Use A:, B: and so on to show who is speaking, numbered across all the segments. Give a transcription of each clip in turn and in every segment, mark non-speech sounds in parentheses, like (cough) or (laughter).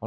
A: 好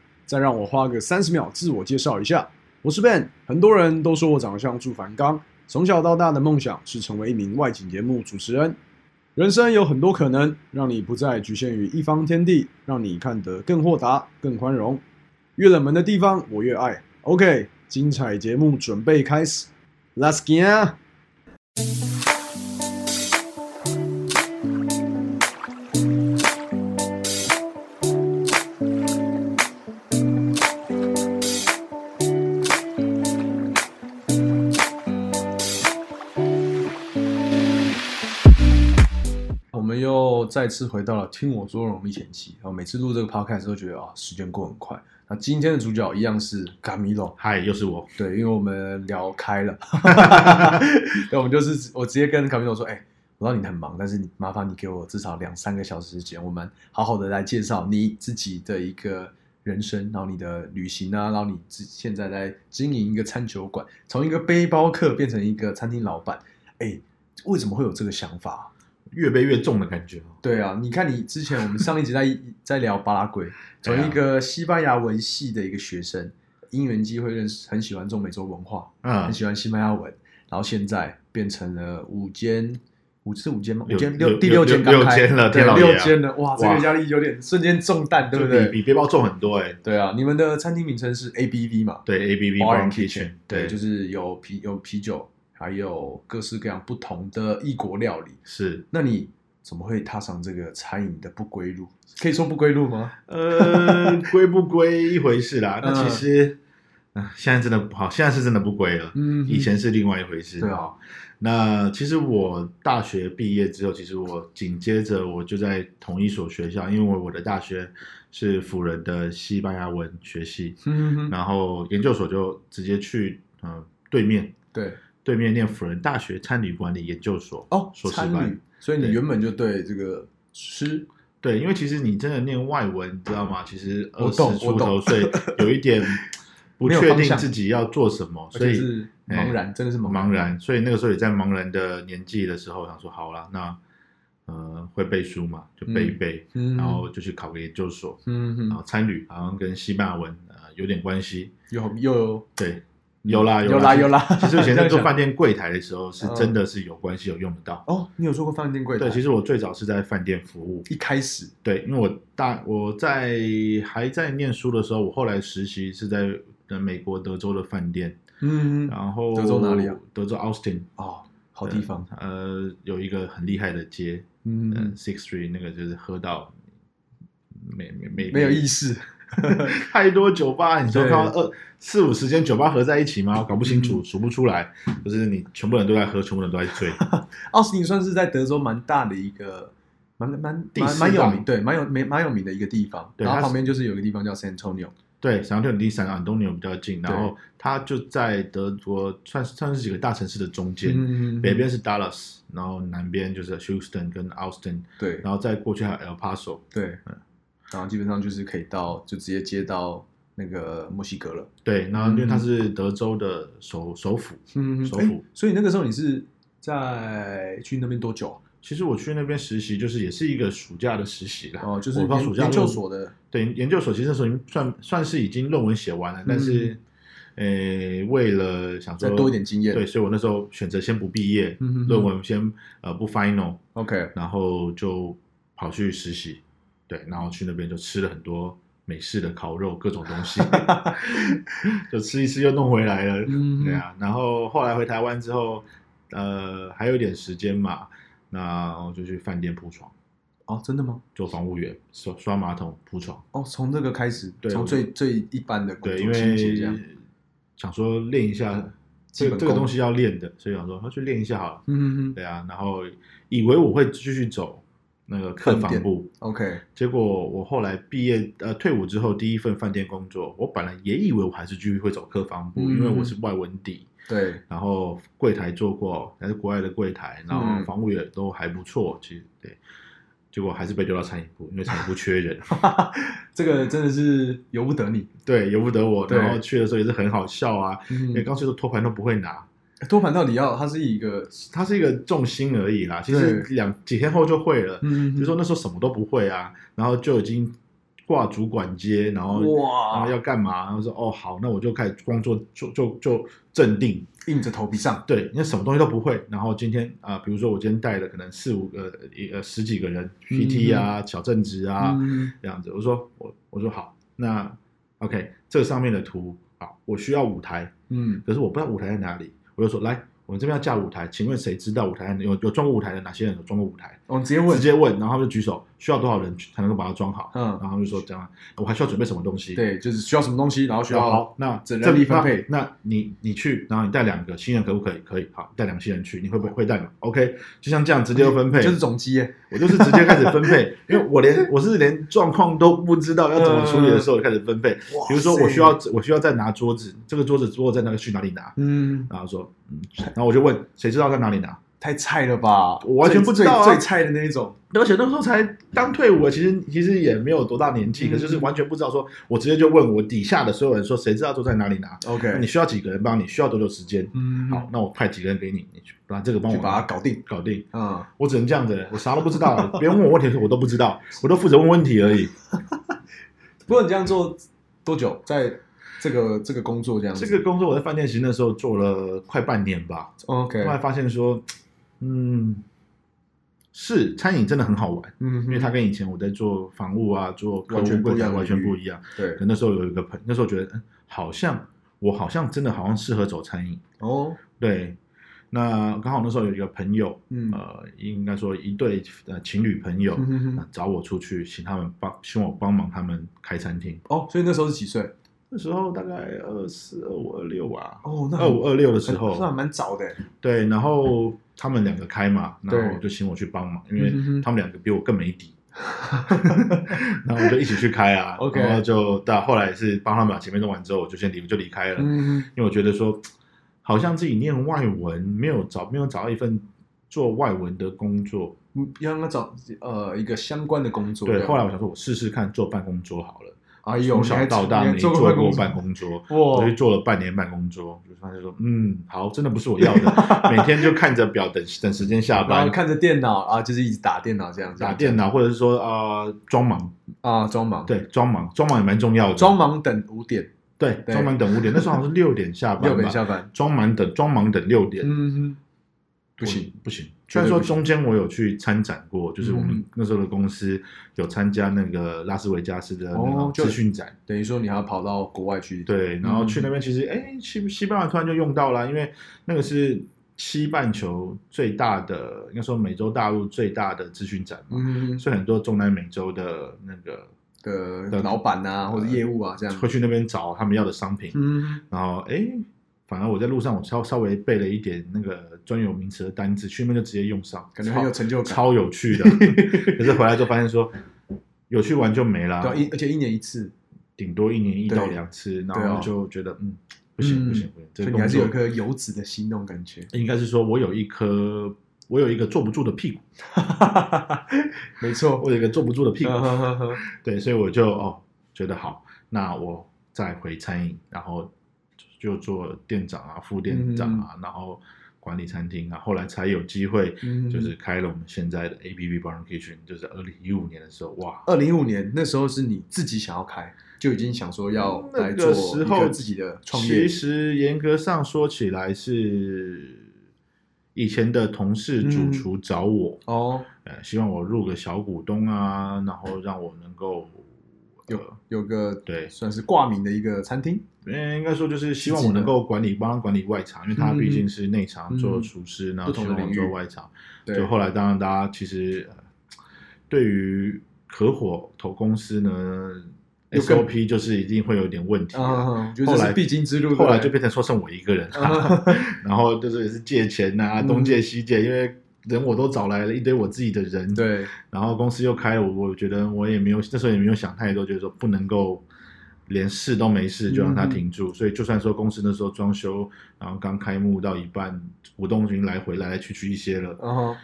A: 再让我花个三十秒自我介绍一下，我是 Ben。很多人都说我长得像祝凡刚，从小到大的梦想是成为一名外景节目主持人。人生有很多可能，让你不再局限于一方天地，让你看得更豁达、更宽容。越冷门的地方，我越爱。OK，精彩节目准备开始，Let's go！我们又再次回到了听我说《容历险记》，然后哦每次录这个 podcast 都觉得啊，时间过很快。那今天的主角一样是卡米隆，
B: 嗨，又是我。
A: 对，因为我们聊开了， (laughs) 对，我们就是我直接跟卡米隆说，哎、我知道你很忙，但是你麻烦你给我至少两三个小时时间，我们好好的来介绍你自己的一个人生，然后你的旅行啊，然后你自现在在经营一个餐酒馆，从一个背包客变成一个餐厅老板，哎、为什么会有这个想法啊、
B: 越背越重的感觉哦。
A: 对啊，你看你之前我们上一集在 (laughs) 在聊巴拉圭，从一个西班牙文系的一个学生，因缘机会认识，很喜欢中美洲文化，很
B: 嗯，
A: 喜欢西班牙文，然后现在变成了五间，五是五间吗？五
B: 六
A: 间六
B: 六
A: 第六间
B: 六
A: 刚开，
B: 六间了
A: 对
B: 天，老爷啊
A: 六间了，哇，这
B: 哇
A: 个压力有点瞬间中弹，对不
B: 就比
A: 对？
B: 比背包重很多哎。
A: 对啊，你们的餐厅名称是 A B V 嘛
B: 对，A B B
A: Bar
B: Brown
A: and
B: Kitchen，
A: 对，就是是有啤有啤酒，还有各式各样不同的异国料理。 (laughs)
B: 是。
A: 那你怎么会踏上这个餐饮的不归路？可以说不归路吗？
B: 呃，归不归一回事啦。
A: 嗯
B: 那其实，啊，现在真的不好，现在是真的不归了。
A: 嗯
B: 以前是另外一回事。
A: 对啊，
B: 那其实我大学毕业之后，其实我紧接着我就在同一所学校，因为我的大学是辅仁的西班牙文学系，
A: 嗯哼哼，
B: 然后研究所就直接去呃对面
A: 对
B: 对面念辅仁大学餐旅管理研究所
A: 哦，
B: 硕士
A: 餐
B: 班
A: 旅，所以你
B: 对
A: 原本就对这个吃，
B: 对，因为其实你真的念外文，你知道吗？其实
A: 我
B: 二
A: 懂
B: 十
A: 我
B: 出
A: 懂
B: 头岁有一
A: (laughs)
B: 点不
A: 没有
B: 确
A: 方
B: 定
A: 向
B: 自己要做什么，
A: 而
B: 所
A: 且
B: 以哎
A: 是茫然，真的是
B: 茫然。所以那个时候也在茫然的年纪的时候，想说好啦，那呃会背书嘛，就背一背，
A: 嗯，
B: 然后就去考个研究所，
A: 嗯
B: 然
A: 哼，
B: 后参旅好像跟西班牙文呃有点关系，
A: 有又有
B: 对。有啦
A: 有啦
B: 啦
A: 嗯有啦
B: 其实我以前
A: 这 (laughs)
B: 在
A: 样
B: 做
A: 想
B: 饭店柜台的时候，是
A: 嗯
B: 真的是有关系有用得到。
A: 哦，你有做过饭店柜台？
B: 对，其实我最早是在饭店服务，
A: 一开始
B: 对，因为我大我在还在念书的时候，我后来实习是在呃美国德州的饭店，
A: 嗯哼
B: 然后
A: 德州哪里啊？
B: 德州 Austin，
A: 哦，好地方，
B: 呃，有一个很厉害的街，
A: 嗯
B: 嗯
A: 哼，
B: ，Six Street 那个就是喝到没没没
A: 没有意识，
B: (laughs) 太多酒吧，你说
A: 对嗯
B: 看到二四五十间酒吧合在一起吗？搞不清楚，数不出来，就是你全部人都在喝，全部人都在醉， (laughs)
A: 奥斯汀算是在德州蛮大的一个。蛮蛮
B: 第
A: 蛮
B: 四
A: 蛮有
B: 大
A: 名，对，蛮有蛮蛮有名的一个地方。
B: 对
A: 然后
B: 它是
A: 旁边就是有一个地方叫 San Antonio，
B: 对，san Antonio 离 san Antonio 比较近，然
A: 对
B: 后它就在德国算是算是几个大城市的中间，
A: 嗯
B: 北边是 Dallas，然后南边就是 Houston 跟 Austin，
A: 对
B: 然后再过去还有 El Paso。
A: 对，
B: 嗯
A: 然后基本上就是可以到，就直接接到那个墨西哥了。
B: 对，然后因为它
A: 嗯
B: 是德州的首首府。
A: 嗯
B: 首府
A: 所以那个时候你是在去那边多久啊？
B: 其实我去那边实习，就是也是一个暑假的实习啦。
A: 哦，就是
B: 啊我
A: 研
B: 到暑假
A: 研究
B: 论
A: 所的，
B: 对研究所，其实那时候已经算算是已经论文写完了，但是，呃，为了想
A: 嗯
B: 说
A: 再多一点经验。
B: 对，所以我那时候选择先不毕业，
A: 嗯哼哼
B: 论文先呃不 final，
A: ，OK，
B: 然后就跑去实习，对，然后去那边就吃了很多美式的烤肉，各种东
A: (laughs)
B: 西，就吃一吃又弄回来了，
A: 嗯
B: 对啊。然后后来回台湾之后，呃，还有一点时间嘛，那我就去饭店铺床，
A: 哦，真的吗？
B: 做房务员，刷刷马桶、铺床，
A: 哦，从这个开始，
B: 对
A: 从
B: 我
A: 最最一般的工
B: (laughs) 对，因
A: 作清洁这样
B: 为。想说练一下
A: 基
B: 这
A: 本
B: 个
A: 功
B: 这个东西啊要练的，所以想说那去练一下好了。
A: 嗯哼哼，
B: 对啊，然后以为我会继续走，那个客
A: 饭
B: 房
A: 店
B: 部。
A: OK，
B: 结果我后来毕业，呃，退伍之后第一份饭店工作，我本来也以为我还是继续会走客房部，
C: 嗯
B: 因为我是外文底，
A: 对， (laughs)
B: 然后柜台做过，还是国外的柜台，然
A: 嗯
B: 后房务也都还不错，其实对。结果还是被丢到餐饮部，因为餐饮部缺
A: (laughs)
B: 人，
A: 这个真的是由不得你，
B: 对，由不得我。
A: 对
B: 然后去的时候也是很好笑啊，因为
A: 嗯，
B: 刚去的时候托盘都不会拿，
A: 托盘到底要它是一个，
B: 它是一个重心而已啦。其实两几天后就会了，
A: 嗯，
B: 就说那时候什么都不会啊，然后就已经挂主管接，然后然
A: 哇
B: 后，要干嘛？然后说哦好，那我就开始工作，就就就镇定。
A: 硬着头皮上，
B: 对，因为什么东西都不会。然后今天啊、比如说我今天带了可能四五个一呃十几个人 PT 啊、小正职啊、
A: 嗯，
B: 这样子，我说我我说好，那 OK 这上面的图好，我需要舞台，
A: 嗯，
B: 可是我不知道舞台在哪里，我就说来。我们这边要架舞台，请问谁知道舞台在哪有有装过舞台的？哪些人有装过舞台？
A: 我哦们直接
B: 直
A: 问，
B: 接问，然后他们就举手，需要多少人才能够把它装好？
A: 嗯
B: 然，后他们就说这样，啊我还需要准备什么东西？
A: 对，就是需要什么东西，然后需要
B: 哦好，那
A: 整
B: 这
A: 人力分配
B: 那那你你去，然后你带两个新人可不可以？可以，好，带两个新人去，你会不会会带吗？OK，就像这样直接分配，
A: 嗯就是总机耶，
B: 我就是直接开始分
A: (laughs)
B: 配，因为我连我是连状况都不知道要怎么处理的时候就开始分配。
A: 哇
B: 比如说
A: 塞
B: 我需要我需要再拿桌子，这个桌子如果在那个去哪里拿？
A: 嗯，
B: 然后说，嗯，然后我就问谁知道在哪里拿？
A: 太菜了吧！
B: 我完全不知
A: 最
B: 道啊
A: 最最菜的那一种。
B: 而且那时候才刚退伍，其实其实也没有多大年纪，
A: 嗯
B: 可是就是完全不知道说，我直接就问我底下的所有人说，谁知道桌在哪里拿？那
A: OK，
B: 你需要几个人帮你？需要多久时间？
A: 嗯，
B: 好，，那我派几个人给你，你去把这个帮
A: 去
B: 我
A: 把它搞定。
B: 搞定。
A: 嗯，
B: 我只能这样子，我啥都不知道，别人问我问题的时候我都不知道，我都负责问问题而已。
A: 不过你这样做多久？在这个这个工作这样子？
B: 这个工作我在饭店其实那时候做了快半年吧，
A: OK，
B: 后来发现说，嗯，是餐饮真的很好玩，
A: 嗯，因
B: 因为它跟以前我在做房务啊、做客
A: 完全
B: 户
A: 不
B: 柜
A: 一
B: 台
A: 样的
B: 完全
A: 领域
B: 不一样。
A: 对
B: 可那时候有一个朋，那时候觉得嗯好像我好像真的好像适合走餐饮，
A: 哦，
B: 对。那刚好那时候有一个朋友，
A: 嗯
B: 呃，应该说一对呃情侣朋友、
A: 嗯哼哼
B: 呃找我出去，请他们帮，请我帮忙他们开餐厅。
A: 哦，所以那时候是几岁？
B: 那时候大概二四、二五、二六吧，
A: 哦，那
B: 二五、二六的时
A: 那还
B: 候，
A: 蛮早的。欸
B: 对，然后他们两个开嘛，
A: 对
B: 然后就请我去帮忙，因
A: 嗯哼
B: 为
A: 哼
B: 他们两个比我更没底， (laughs) 然后我们就一起去开啊
A: OK
B: 然后就到后来是帮他们把前面弄完之后，我就先离就离开了，
A: 嗯，
B: 因为我觉得说，好像自己念外文没有找没有找到一份做外文的工作，
A: 嗯要让他找呃一个相关的工作。
B: 对。后来
A: 我
B: 我想说，我试试看做办公桌好
A: 啊
B: 了。
A: 哎
B: 从
A: 呦，你
B: 小
A: 还
B: 到大
A: 你还
B: 没
A: 做
B: 做
A: 过
B: 过
A: 办
B: 办
A: 公
B: 公桌，
A: 哇
B: 我就做了半年办公桌，就是他就说，嗯，好，真的不是我要的，
A: (laughs)
B: 每天就看着表等等时间下
A: 桌，然后
B: 班，
A: 看着电脑啊，就是一直打电脑这样，这样
B: 打电脑或者是说啊、呃装忙，
A: 啊，装忙，，
B: 对，装忙，装忙也蛮重要的，
A: 装忙等五点
B: 对，
A: 对
B: 装忙等五点，那时候好像是六点下班吧，
A: 六点下班。
B: 装忙等装忙等六点，
A: 嗯，不行，
B: 我不行。
A: 绝对
B: 虽然说
A: 不行
B: 中间我有去参展过，就是我
A: 嗯
B: 们那时候的公司有参加那个拉斯维加斯的那
A: 哦
B: 种
A: 就嗯
B: 资讯展，
A: 等于说你还要跑到国外去。
B: 对，然后去那边其实，哎、西西班牙突然就用到了，因为那个是西半球最大的，应该说美洲大陆最大的资讯展嘛，
A: 嗯，
B: 所以很多中南美洲的那个
A: 的老板啊，或者业务啊这样。
B: 会去那边找他们要的商品，
A: 嗯，
B: 然后哎，诶反而我在路上我稍稍微背了一点那个专有名词的单字，去那边就直接用上，
A: 感觉很有成就感。
B: 超有趣的。 (laughs) 可是回来之后发现说，有去玩就没啦，
A: 对啊，一而且一年一次，
B: 顶多一年一
A: 对
B: 到两次，
A: 对
B: 然
A: 啊
B: 后就觉得嗯，不行
A: 嗯
B: 不行不行，这
A: 所以你
B: 个工
A: 还是
B: 作
A: 有一颗游子的心那种感觉。
B: 应该是说我有一颗，我有一个坐不住的屁股，
A: (laughs) 没错，
B: 我有一个坐不住的屁
A: (laughs)
B: 股，
A: 嗯
B: 对，所以我就哦觉得好，那我再回餐饮，然后就做店长啊、副店长
A: 嗯
B: 啊，然后管理餐厅啊，后来才有机会。
A: 嗯
B: 就是开了我们现在的 A B B Bar and Kitchen，就是二零一五年的时候，哇，
A: 二零一五年那时候是你自己想要开，就已经想说要来
B: 那
A: 做
B: 个时
A: 一
B: 候
A: 嗯个自己的创
B: 其
A: 业。
B: 实严格上说起来是以前的同事主
A: 嗯
B: 厨找我，
A: 哦，
B: 呃，希望我入个小股东啊，然后让我能够呃
A: 有有个
B: 对
A: 算是挂名的一个餐厅。
B: 嗯，应该说就是希望我能够管理，帮他管理外场，因
A: 嗯
B: 为他毕竟是内场做厨师，然后
A: 不同
B: 希
A: 的
B: 望我
A: 领域
B: 做外场。
A: 对
B: 就后来，当然大家其实、呃对于合伙投公司呢
A: 有更
B: ，SOP 就是一定会有点问题啊。
A: 啊，我觉得这
B: 后
A: 是
B: 来
A: 必经之路。
B: 后来
A: 对
B: 就
A: 不对 (laughs)
B: 变成说剩我一个人、
A: 啊
B: 然后就是也是借钱呐、
A: 嗯
B: 东借西借，因为人我都找来了一堆我自己的人，，
A: 对，
B: 然后公司又开我，我觉得我也没有那时候也没有想太多，就是说不能够连试都没试就让它停
A: 嗯
B: 住，所以就算说公司那时候装修，然后刚开幕到一半，股东已经来回来来去去一些了，
A: 然后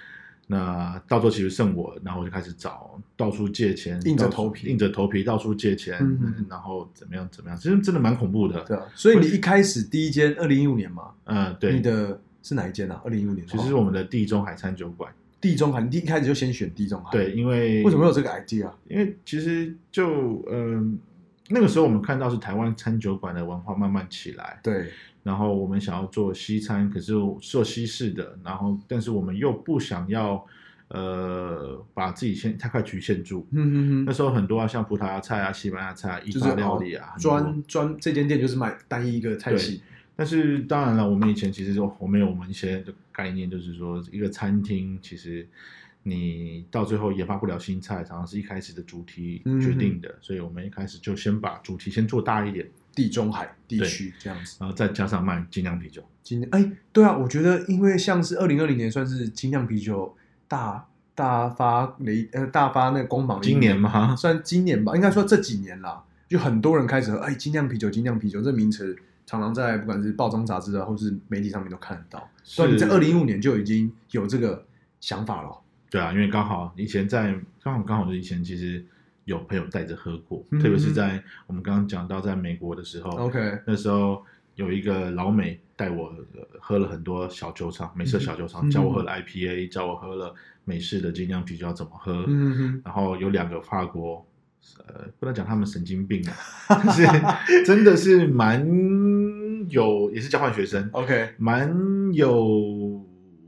B: 那到时候其实剩我，然后我就开始找到处借钱，
A: 硬着
B: 到处
A: 头皮
B: 硬着头皮到处借钱，
A: 嗯嗯嗯
B: 然后怎么样怎么样，其实真的蛮恐怖的，
A: 对啊，所以你一开始第一间二零一五年嘛，
B: 嗯，
A: 你
B: 对，
A: 的是哪一间啊？二零一五年，
B: 其实是
A: 哦
B: 我们的地中海餐酒馆，
A: 地中海，你第一开始就先选地中海，，
B: 对，因为
A: 为什么会有这个 idea？
B: 因为其实就嗯、那个时候我们看到是台湾餐酒馆的文化慢慢起来，
A: 对，
B: 然后我们想要做西餐，可是做西式的，然后但是我们又不想要呃把自己限太快局限住。
A: 嗯
B: 那时候很多啊，像葡萄牙菜啊、西班牙菜啊、意
A: 就是哦
B: 大料理啊，很多
A: 专专这间店就是卖单一一个菜系，
B: 但是当然了，我们以前其实就我们有我们一些的概念，就是说一个餐厅其实你到最后研发不了新菜，常常是一开始的主题决定
A: 嗯
B: 的，所以我们一开始就先把主题先做大一点，
A: 地中海地区这样子。
B: 然后再加上卖精酿啤酒。
A: 今年哎，对啊，我觉得因为像是二零二零年算是精酿啤酒大大发雷呃大发那个光芒的一
B: 今年吗？
A: (laughs) 算今年吧，应该说这几年啦，就很多人开始喝哎精酿啤酒，精酿啤酒这名词常常在不管是报章杂志啊，或是媒体上面都看得到。所以你在二零一五年就已经有这个想法了。
B: 对啊，因为刚好以前在刚好刚好是以前其实有朋友带着喝过，
A: 嗯
B: 特别是在我们刚刚讲到在美国的时候
A: OK，
B: 那时候有一个老美带我呃喝了很多小酒厂，美式小酒厂，
A: 嗯
B: 教我喝了 IPA，教我喝了美式的精酿啤酒要怎么喝。
A: 嗯哼，
B: 然后有两个法国，呃，不能讲他们神经病
A: (laughs)
B: 啊，但是真的是蛮有，也是交换学生，
A: OK
B: 蛮有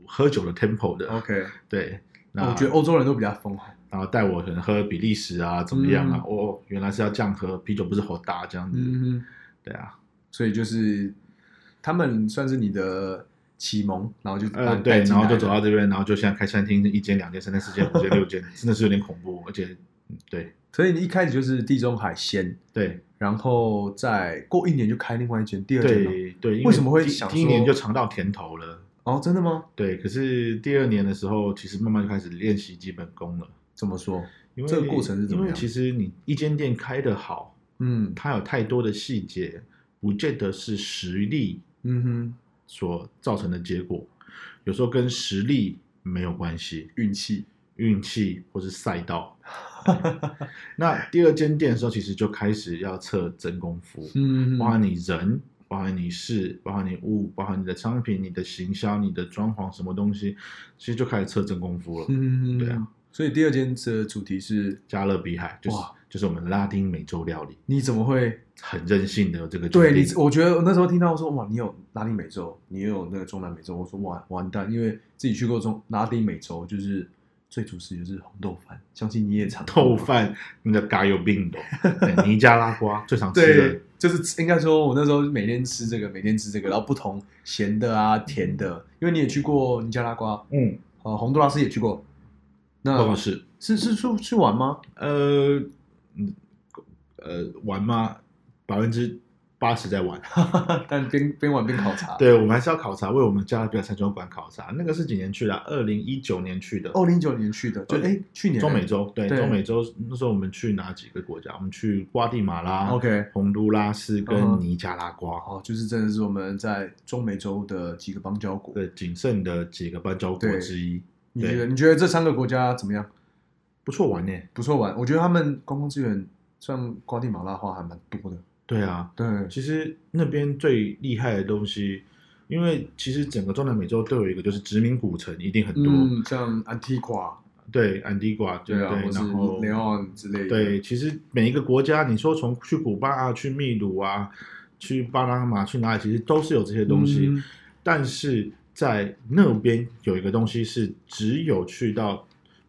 B: 喝酒的 tempo 的。
A: OK，
B: 对，那
A: 哦我觉得欧洲人都比较疯狂。
B: 然后带我可能喝比利时啊，怎么样啊
A: 嗯？
B: 哦，原来是要这样喝，啤酒不是好搭这样子。
A: 嗯哼，
B: 对啊，
A: 所以就是他们算是你的启蒙，然后就啊把
B: 呃，
A: 你带
B: 对，
A: 进
B: 然
A: 来
B: 后就走
A: 了
B: 到这边，然后就现在开餐厅，一间、两间、三间、四间、五间、六
A: (laughs)
B: 间，真的是有点恐怖，而且，嗯对
A: 所以你一开始就是地中海鲜， (laughs)
B: 对
A: 然后再过一年就开另外一间，第二间了。
B: 对对，因
A: 哦为什么会
B: 第
A: 想
B: 第一年
A: 说
B: 就尝到甜头了？
A: 哦，真的吗？
B: 对，可是第二年的时候，其实慢慢就开始练习基本功了，
A: 怎么说？
B: 因为
A: 这个过程是怎么
B: 因
A: 样
B: 为其实你一间店开得好，
A: 嗯
B: 它有太多的细节，不见得是实力
A: 嗯哼，
B: 所造成的结果，有时候跟实力没有关系，
A: 运气。
B: 运气或是赛
A: (laughs)
B: 道。那第二间店的时候，其实就开始要测真功夫，
A: 嗯
B: 包含你人，包含你事，包含你物，包含你的商品、你的行销、你的装潢什么东西，其实就开始测真功夫了。
A: 嗯
B: 对啊。
A: 所以第二间的主题是，
B: 加勒比海就是
A: 哇
B: 就是我们拉丁美洲料理，
A: 你怎么会？
B: 很任性的有这个决
A: 对你
B: 定，
A: 我觉得我那时候听到说，哇，你有拉丁美洲，你也有那个中南美洲，我说哇完蛋，因为自己去过中拉丁美洲，就是最主食就是红豆饭，相信你也尝过
B: 豆。饭，那个嘎有病的，
A: (laughs)
B: 对尼加拉瓜最常吃的
A: 对，就是吃应该说，我那时候每天吃这个，每天吃这个，然后不同咸的啊、甜的，因为你也去过尼加拉瓜，
B: 嗯，
A: 呃，洪都拉斯也去过，
B: 报
A: 那
B: 告是
A: 是是去去玩吗？
B: 呃，嗯呃，玩吗？百分之八十在玩。 (laughs)
A: 但边边玩边考察，，
B: 对，我们还是要考察，为我们加勒比海餐酒馆考察。那个是几年去的、啊？二零一九年去的。
A: 二零一九年去的，就哎、去哦年
B: 中美洲，对，
A: 对
B: 中美洲那时候我们去哪几个国家？我们去瓜地马拉、
A: 啊哦 OK
B: 洪都拉斯
A: 嗯
B: 跟
A: 哼
B: 尼加拉瓜，
A: 哦，就是真的是我们在中美洲的几个邦交国。
B: 对，仅剩的几个邦交国
A: 对
B: 之一。
A: 你觉得
B: 对
A: 你觉得这三个国家怎么样？
B: 不错玩呢。
A: 不错玩，我觉得他们观光资源像瓜地马拉的话还蛮多的。
B: 对啊，
A: 对，
B: 其实那边最厉害的东西，因为其实整个中南美洲都有一个，就是殖民古城一定很多。
A: 嗯，像安提瓜，
B: 对，安迪瓜，
A: 对啊，
B: 对，
A: 或是
B: 然后
A: Leon 之类的。
B: 对，其实每一个国家，你说从去古巴啊、去秘鲁啊、去巴拿马、去哪里，其实都是有这些东西。
A: 嗯
B: 但是在那边有一个东西是只有去到，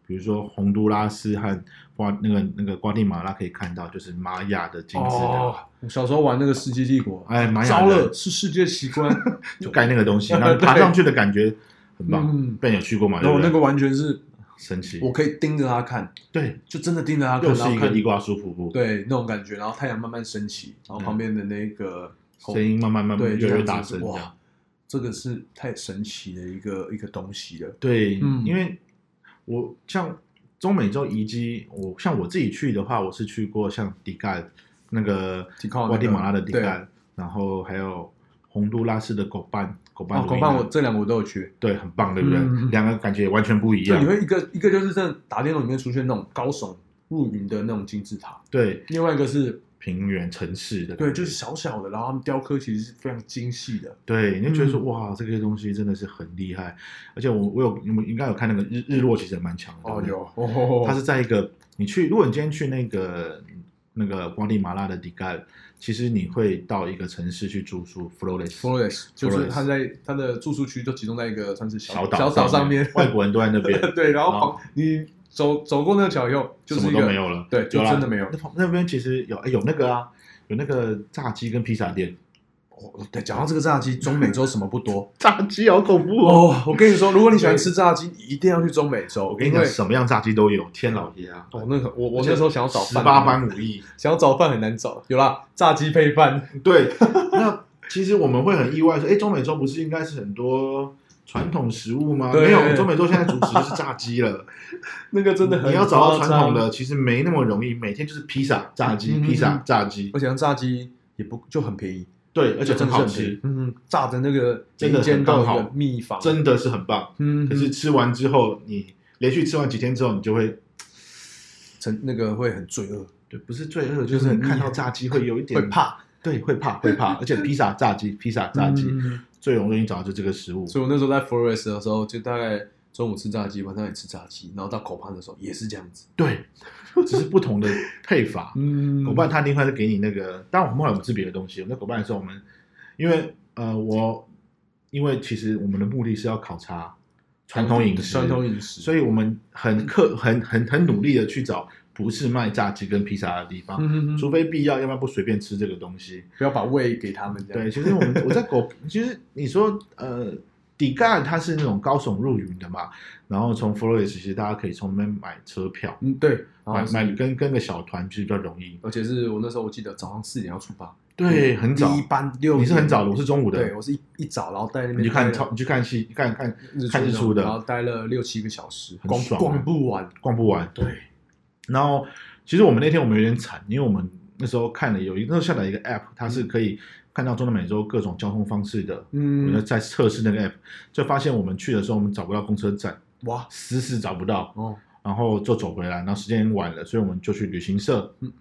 B: 比如说洪都拉斯和瓜那个那个瓜地马拉可以看到，就是玛雅的金字塔。
A: 哦，我小时候玩那个《世界帝国》，
B: 哎，玛雅
A: 糟
B: 人
A: 了，是世界奇观。
B: (laughs) 就盖那个
A: (laughs)
B: 东西，然后爬上去的感觉很棒
A: 嗯。
B: 被你有嗯去过吗？
A: 然后
B: 对
A: 那
B: 不
A: 个
B: 对
A: 完全是，
B: 神奇，
A: 我可以盯着它看，
B: 对，
A: 就真的盯着它看，
B: 又
A: 然
B: 是
A: 后
B: 一个
A: 看
B: 伊瓜苏瀑布，，
A: 对那种感觉，然后太阳慢慢升起，然后旁边的那个
B: 嗯声音慢慢慢慢
A: 对，
B: 越
A: 就
B: 来
A: 这
B: 越
A: 样
B: 大
A: 子
B: 声，这样
A: 哇，这个是太神奇的一个一个东西了。
B: 对，
A: 嗯
B: 因为我像中美洲遗迹，我像我自己去的话，我是去过像迪盖那个
A: 提靠
B: 瓜地马拉的迪
A: 嗯对，
B: 盖，然后还有洪都拉斯的狗办狗办
A: 哦，狗棒我这两个我都有去。
B: 对很棒，对不对？
A: 嗯嗯嗯
B: 两个感觉完全不一
A: 就
B: 样
A: 你。会一个一个就是在打电动里面出现那种高耸入云的那种金字塔，
B: 对，
A: 另外一个是
B: 平原城市的感觉
A: 对，就是小小的，然后他们雕刻其实是非常精细的。
B: 对，你就
A: 嗯
B: 觉得说、哇，这个东西真的是很厉害。而且我我有你们应该有看那个日日落，其实也蛮强的。对不对，
A: (laughs) 哦
B: 它是在一个你去，如果你今天去那个那个瓜地马拉的迪盖，其实你会到一个城市去住宿，Flores
A: Flores，就是他
B: Flores
A: 在他的住宿区都集中在一个算是小
B: 岛
A: 小岛上面，
B: 面，，外国人都在那边
A: 对，然后
B: 然
A: 旁你走走过那个桥以后， (laughs) 就
B: 什
A: 是
B: 么
A: 一
B: 都
A: 个
B: 没有了。
A: 对就
B: 有啦
A: 真的没有
B: 那旁那边其实有哎有那个啊，有那个炸鸡跟披萨店，
A: 哦对，讲到这个炸鸡，中美洲什么不
B: (laughs)
A: 多
B: 炸鸡好恐怖！
A: 哦。我跟你说，如果你喜欢吃炸鸡，一定要去中美洲。
B: (laughs) 我跟你
A: 因
B: 讲，
A: 为
B: 什么样炸鸡都有，天老爷啊！
A: 哦，那个我我那时候想要找
B: 十
A: 饭，
B: 八般武艺。
A: 想要找饭很难找，有啦，炸鸡配饭，
B: 对， (laughs) 那其实我们会很意外说，哎，中美洲不是应该是很多传统食物吗？
A: 对
B: 没有，中美洲现在主食就是炸鸡了。
A: 那个真的很
B: 你要找到传统
A: 夸张，
B: 的，其实没那么容易，每天就是披萨、炸鸡、
A: 嗯嗯嗯
B: 披萨、炸鸡
A: 而，且炸鸡也不就很便宜，
B: 对，而且很好吃，
A: 嗯，嗯炸的那个
B: 真的
A: 每一间
B: 很
A: 都有
B: 刚
A: 一
B: 好
A: 个秘方，
B: 真的是很棒。
A: 嗯，
B: 可是吃完之后，你连续吃完几天之后，你就会。
A: 成那个会很罪恶，
B: 对，不是罪恶，就是看到炸鸡会有一
A: 嗯
B: 点
A: 会，怕
B: 对，会怕，会
A: (laughs)
B: 怕，而且披萨、炸鸡、披萨、炸鸡、
A: 嗯
B: 最容易找到就这个食物，
A: 所以我那时候在 Flores 的时候，就大概中午吃炸鸡，晚上也吃炸鸡，然后到口畔的时候也是这样子。
B: 对，只是不同的配法。
A: 嗯
B: 狗伴它另外是给你那个，当然我们后来我们吃别的东西。我们在狗伴的时候，我们因为呃我因为其实我们的目的是要考察传统饮食，
A: 传统饮食，
B: 所以我们很刻很很很努力的去找不是卖炸鸡跟披萨的地方，
A: 嗯
B: 除非必要，要不然不随便吃这个东西。
A: 不要把胃给他们这样。
B: 对，其实我们我在狗，其实你说呃，底盖它是那种高耸入云的嘛，然后从佛罗里斯其实大家可以从那边买车票，
A: 嗯对，
B: 买
A: 然后
B: 买跟跟个小团其实比较容易。
A: 而且是我那时候我记得早上四点要出发，
B: 对，很早
A: 第一。班六点，
B: 你是很早的，我是中午
A: 对
B: 的。
A: 我是一一早，然后待在那
B: 你
A: 边
B: 去看
A: 待
B: 超，
A: 了
B: 你去看戏，看看
A: 日
B: 看日出的
A: 然后待了六七个小时，
B: 很
A: 逛
B: 爽啊
A: 逛不完。
B: 逛不完。
A: 对，
B: 然后其实我们那天我们有点惨，因为我们那时候看了有一那时候下载一个 app，它是可以看到中南美洲各种交通方式的。我们
A: 嗯嗯，
B: 在测试那个 app，就发现我们去的时候我们找不到公车站，
A: 哇
B: 死死找不到，
A: 哦，
B: 然后就走回来，然后时间也晚了，所以我们就去旅行社
A: 嗯，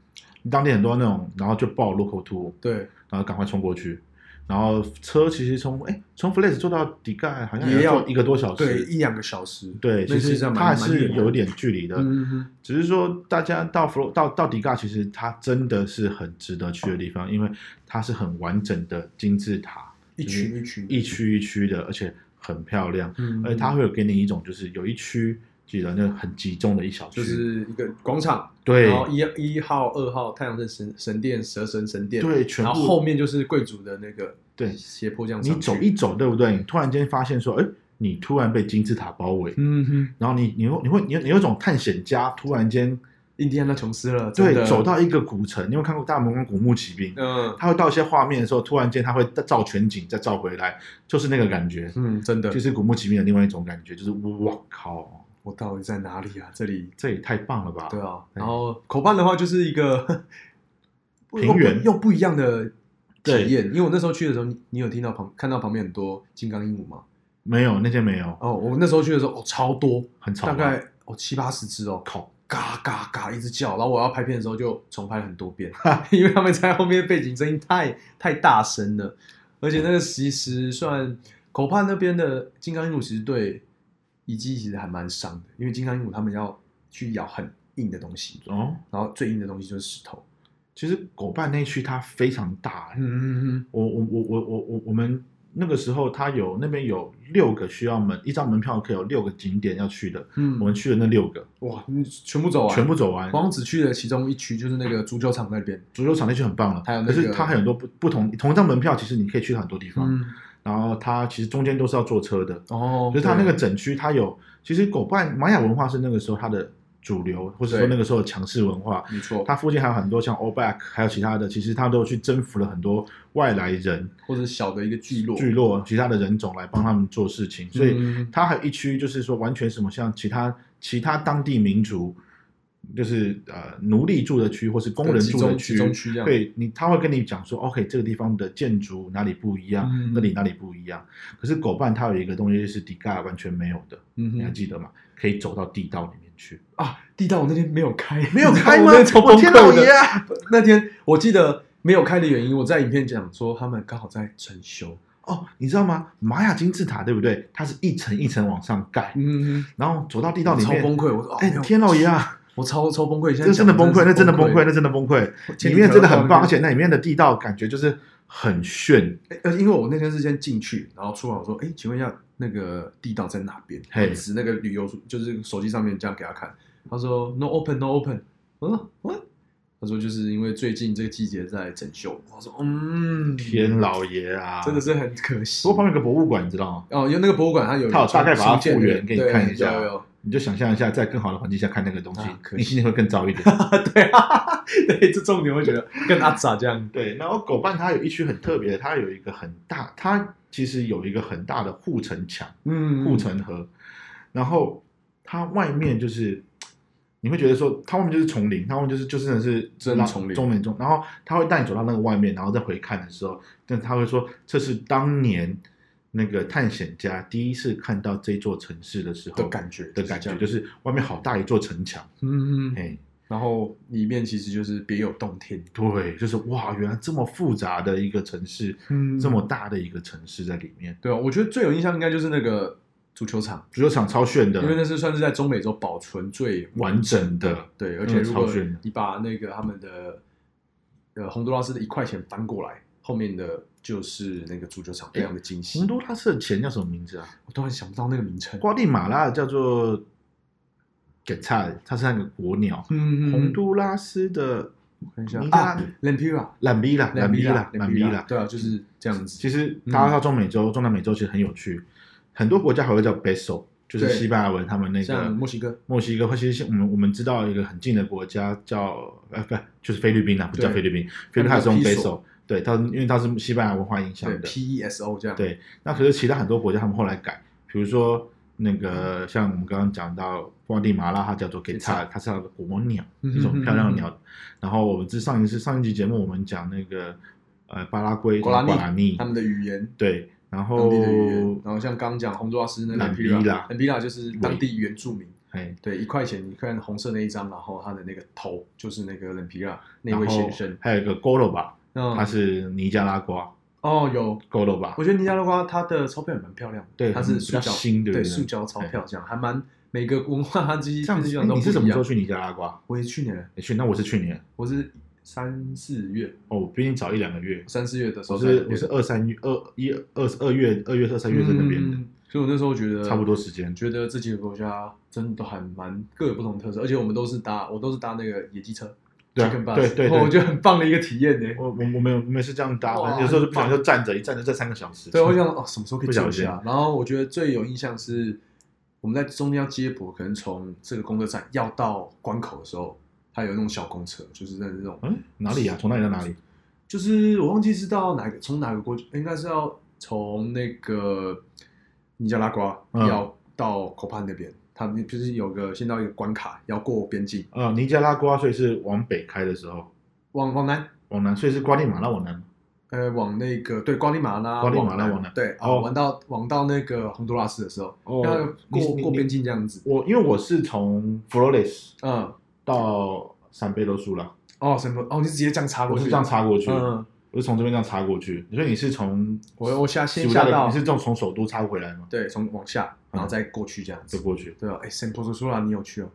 B: 当地很多那种，然后就报 local tour，
A: 对，
B: 然后赶快冲过去。然后车其实从哎从 Flash 坐到底盖好像
A: 也要
B: 坐一个多小时，
A: 对一两个小时。
B: 对，
A: 那
B: 其实
A: 这样蛮
B: 它还
A: 蛮
B: 是
A: 远的
B: 有点距离的，
A: 嗯嗯嗯
B: 只是说大家到佛罗到到迪嘎，其实它真的是很值得去的地方，因为它是很完整的金字塔，
A: 一群一群
B: 一，区一区的，而且很漂亮，
A: 嗯，
B: 而且它会有给你一种就是有一区记得那很集中的一小区，
A: 就是一个广场，
B: 对
A: 然后一一号、二号太阳神神神殿、蛇神神殿，，
B: 对，全
A: 然后
B: 部
A: 后面就是贵族的那个
B: 对
A: 斜坡这样
B: 你
A: 上去
B: 走一走，对不对？你突然间发现说，哎，你突然被金字塔包
A: (laughs)
B: 围，
A: 嗯哼，
B: 然后你你会你会你有你有一种探险家突然间
A: 印第安纳琼斯了，真
B: 对
A: 的
B: 走到一个古城，你有没有看过《大魔王古墓奇兵》？
A: 嗯
B: 他会到一些画面的时候，突然间他会照全景，再照回来，就是那个感觉，
A: 嗯，真的
B: 就，是古墓奇兵的另外一种感觉，就是哇靠，
A: 我到底在哪里啊？这里
B: 这也太棒了吧！
A: 对啊，然后口伴的话就是一个
B: (laughs) 平原
A: 又不又不一样的
B: 对
A: 体验，因为我那时候去的时候，你你有听到旁看到旁边很多金刚鹦鹉吗？
B: 没有那天没有，
A: 哦，我那时候去的时候哦，超多，
B: 很吵
A: 大
B: 吧，
A: 概哦七八十只哦，
B: 靠，
A: 嘎嘎嘎一直叫，然后我要拍片的时候就重拍了很多遍， (laughs) 因为他们在后面背景声音太太大声了，而且那个其实算口畔那边的金刚鹦鹉，其实对遗迹其实还蛮伤的，因为金刚鹦鹉他们要去咬很硬的东西，
B: 哦，
A: 然后最硬的东西就是石头。
B: 其实狗伴那区它非常大、欸，
A: 嗯嗯
B: 我我我我我我我们那个时候它有那边有六个需要门，一张门票可以有六个景点要去的，
A: 嗯
B: 我们去了那六个，
A: 哇，你全部走完，
B: 全部走完。
A: 光只去了其中一区，就是那个足球场那边。
B: 足球场那区很棒了，
A: 还有那
B: 可
A: 个
B: 是它还有很多不不同同一张门票，其实你可以去很多地方。
A: 嗯，
B: 然后它其实中间都是要坐车的，
A: 哦，
B: 就是它那
A: 对
B: 个整区，它有其实狗伴玛雅文化是那个时候它的主流，或者说那个时候的强势文化，
A: 没错，
B: 它附近还有很多像 o b a c 还有其他的，其实它都去征服了很多外来人
A: 或者小的一个聚落，
B: 聚落其他的人种来帮他们做事情，
A: 嗯
B: 所以它还有一区就是说完全什么像其他其他当地民族。就是呃奴隶住的区或是工人住的
A: 集中区这样
B: 对你他会跟你讲说，OK 这个地方的建筑哪里不一样，
A: 嗯
B: 那里哪里不一样。可是狗办它有一个东西是底盖完全没有的，
A: 嗯哼
B: 你还记得吗？可以走到地道里面
A: (laughs)
B: 去。
A: 啊，地道我那天没有开，
B: 没有开吗
A: (laughs) 我那天超崩
B: 我天
A: 溃
B: 老
A: 的
B: 爷啊！
A: (laughs) 那天我记得没有开的原因，我在影片讲说他们刚好在整修，
B: 哦，你知道吗？玛雅金字塔对不对？它是一层一层往上盖，
A: 嗯，
B: 然后走到地道
A: 到
B: 里
A: 超
B: 面。
A: 崩溃，我说哦，
B: 哎
A: 没，有
B: 天老爷啊！
A: 我超超崩溃，现
B: 这
A: 在
B: 真的
A: 讲
B: 崩溃，那真的
A: 崩
B: 崩溃，那真的崩溃。
A: 前
B: 里
A: 几
B: 面
A: 条
B: 真的
A: 到
B: 很
A: 那
B: 棒，
A: 边
B: 而且那里面的地道感觉就是很炫，
A: 哎呃，因为我那天是先进去，然后出来我说，哎，请问一下那个地道在哪边？
B: 嘿
A: 我指那个旅游书，就是手机上面这样给他看，他说 no open no open，我说 what？他说就是因为最近这个季节在整修，我说嗯，
B: 天老爷啊！
A: 真的是很可惜。
B: 不过旁边有个博物馆，你知道吗？
A: 哦，因为那个博物馆它有
B: 它有大概把它
A: 新建的
B: 复原给你
A: 对
B: 看一下
A: 有
B: (laughs)
A: 有
B: 你就想象一下，在更好的环境下看那个东西
A: 啊，可
B: 你
A: 惜
B: 心情会更糟一点。
A: 对啊，对，这重点我觉得跟阿扎这样，
B: 对，然后狗办它有一区很特别的，它有一个很大，它其实有一个很大的护城墙、
A: 嗯
B: 护城河，然后它外面就是。你会觉得说，它外面就是丛林，它外面就是就真的是
A: 真的丛林
B: 丛林中，然后它会带你走到那个外面，然后再回看的时候，但他会说这是当年那个探险家第一次看到这座城市的时候
A: 的感觉
B: 嗯的感觉，就是外面好大一座城墙，
A: 嗯，
B: 哎，
A: 然后里面其实就是别有洞天，
B: 对，就是哇，原来这么复杂的一个城市，
A: 嗯
B: 这么大的一个城市在里面，
A: 对啊，我觉得最有印象应该就是那个足球场，
B: 足球场超炫
A: 因为
B: 的，
A: 那是算是在中美洲保存最
B: 完整的，
A: 对，而且如果
B: 嗯超炫的
A: 你把那个他们的呃洪都拉斯的一块钱翻过来，后面的就是那个足球场，非常的精细
B: 洪，都拉斯的钱叫什么名字啊？
A: 我突然想不到那个名称，
B: 瓜地马拉叫做 g e t a 它是那个国鸟。
A: 嗯
B: 洪都拉斯的
A: 看一下
B: 尼加
A: 啊 l a m p i r a
B: 懒逼啦，懒逼啦，
A: 兰
B: 懒
A: 比
B: 逼
A: 拉
B: 啦，，
A: 对啊，
B: 嗯
A: 就是这样子。嗯
B: 其实大家到中美洲、中南美洲其实很有趣，很多国家还会叫 Beso，就是
A: 对
B: 西班牙文他们那个
A: 像墨西哥、
B: 墨西哥，或其实我们我们知道一个很近的国家叫呃不就是菲律宾啊，不
A: 对
B: 叫菲律宾，菲律宾它是用
A: 它叫
B: Beso，对，它因为它是西班牙文化影响
A: 对
B: 的，
A: P E S O 这样，
B: 对，那可是其他很多国家他们后来改，比如说那
A: 嗯
B: 个像我们刚刚讲到瓜地马拉，它叫做
A: Quetzal
B: Geta，它是它的国鸟，
A: 嗯
B: 一种漂亮的鸟。然后我们之上一次上一集节目我们讲那个呃巴拉圭
A: 瓜拉
B: 瓜拉
A: 尼
B: 尼
A: 他，们的语言，
B: 对，然
A: 当
B: 后
A: 地的语言，然后像刚刚讲洪都拉斯那 E
B: 兰
A: 兰
B: 比
A: 比
B: 哦拉
A: 拉，兰比拉就是当地原住民，
B: 哎，
A: 对，一块钱你看红色那一张，然后他的那个头就是那个兰比拉那
B: 然
A: 位
B: 后
A: 先生，
B: 还有一个 Goloba，
A: 嗯
B: 它是尼加拉瓜
A: 哦有，
B: Goloba，
A: 我觉得尼加拉瓜它的钞票也蛮漂亮的，
B: 对
A: 它是塑
B: 比较
A: 胶
B: 新对不对
A: 塑胶钞票这样，还蛮每个文化它其实
B: 这样
A: 基
B: 子，
A: 本上
B: 哎
A: 都
B: 你是什
A: 不一
B: 么时
A: 样
B: 候。去尼加拉瓜？
A: 我也去年，
B: 你去？那我是去年，
A: 我是三四月，
B: 哦，我比你早一两个月。
A: 三四月的时
B: 我
A: 候
B: 是
A: 在
B: 我是二三月二一二二月二月二三月在那边的，
A: 嗯所以我那时候觉得
B: 差不多时间。
A: 觉得这几个国家真的都还蛮各有不同的特色，而且我们都是搭，我都是搭那个野鸡车，
B: 对啊
A: Chicken
B: 对
A: bus，
B: 对对
A: 哦我觉得很棒的一个体验呢。
B: 我我我们我们是这样搭，
A: 哇
B: 反正有时候就不小心就站着，一站就站三个小时。
A: 对，我想哦，什么时候可以
B: 不小
A: 坐一
B: 心
A: 下？然后我觉得最有印象是我们在中央接驳，可能从这个公车站要到关口的时候，它有那种小公车，就是那那种，
B: 嗯，哪里啊？从哪里到哪里？
A: 就是我忘记是到哪个从哪个国，应该是要从那个尼加拉瓜
B: 嗯
A: 要到口畔那边，他们就是有个先到一个关卡要过边境，
B: 呃，尼加拉瓜，所以是往北开的时候，
A: 往往南。
B: 往南，所以是瓜地马拉往南。
A: 呃，往那个对瓜地马拉，
B: 瓜地马拉
A: 南
B: 往南
A: 对，
B: 哦
A: 哦，玩到往到那个洪都拉斯的时候，
B: 哦
A: 要
B: 你
A: 过
B: 你
A: 过
B: 你
A: 边境这样子，
B: 我因为我是从佛罗 l 斯
A: 嗯，
B: 到san p e d r 啦，
A: 哦，什么？哦，你是直接这样插过
B: 我
A: 去？
B: 是这样插过去，
A: 嗯，
B: 我是从这边这样插过去。所以你是从
A: 我我下先
B: 起不
A: 下
B: 的
A: 到
B: 你是这种从首都插回来吗？
A: 对，从往下，然后再过去这样
B: 就
A: 子。
B: 过去。
A: 对啊，哎，圣波索苏拉你有去哦？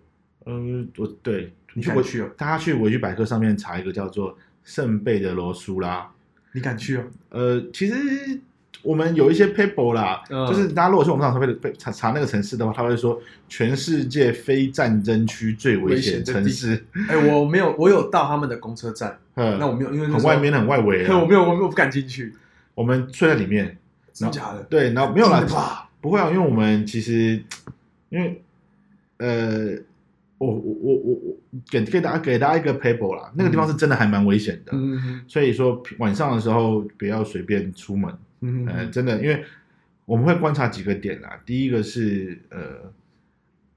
B: 嗯，我对，
A: 你
B: 去
A: 敢
B: 我
A: 去哦
B: 大家去维基百科上面查一个叫做圣贝德罗苏拉，
A: 你敢去哦？
B: 呃，其实我们有一些 paper 啦，
A: 嗯
B: 就是大家如果去我们上查查查那个城市的话，他会说全世界非战争区最危险城市，
A: 哎，我没有，我有到他们的公车站，
B: 呃，
A: 那我没有，因为那
B: 很
A: 时候
B: 外面，很外
A: (laughs)
B: 围
A: 对，我
B: 了。
A: 没有，我没有我不敢进去，
B: 我们睡在里面，
A: 真的假的？
B: 对，然后没有
A: 真的
B: 啦，
A: 吧？
B: 不会啊，因为我们其实因为呃，我我我我我给给大家给大家一个 paper 啦，那个地方是真的还蛮危险的，
A: 嗯
B: 所以说晚上的时候不要随便出门，
A: 嗯
B: 呃，真的，因为我们会观察几个点啊。第一个是呃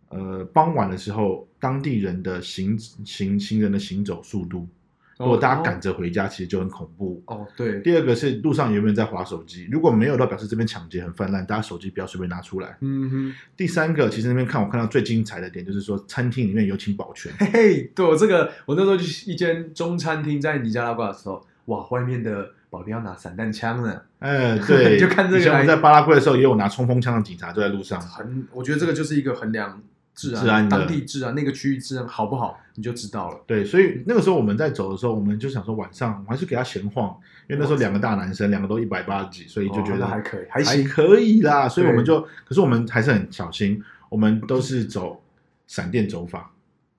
B: 呃，傍晚的时候，当地人的行行行人的行走速度，如果大家赶着回家，其实就很恐怖。
A: 哦，对，
B: 第二个是路上有没有人在划手机，如果没有的话，表示这边抢劫很泛滥，大家手机不要随便拿出来。
A: 嗯哼，
B: 第三个，其实那边看我看到最精彩的点就是说，餐厅里面有请保全，
A: 嘿嘿，对我这个，我那时候去一间中餐厅，在尼加拉瓜的时候，哇，外面的保镖要拿散弹枪呢， (laughs)
B: 哎，对，
A: 就看这个
B: 以前我们
A: 来
B: 在巴拉圭的时候，也有拿冲锋枪的警察就在路上，
A: 很，我觉得这个就是一个衡量治安、
B: 治安的
A: 当地治安那个区域治安好不好，你就知道了。
B: 对，所以那个时候我们在走的时候，我们就想说晚上我们还是给他闲晃，因为那时候两个大男生，两个都一百八十几，所以就觉
A: 哦
B: 得
A: 那还可以，还
B: 还
A: 行，
B: 可以啦。所以我们就，可是我们还是很小心，我们都是走闪电走法，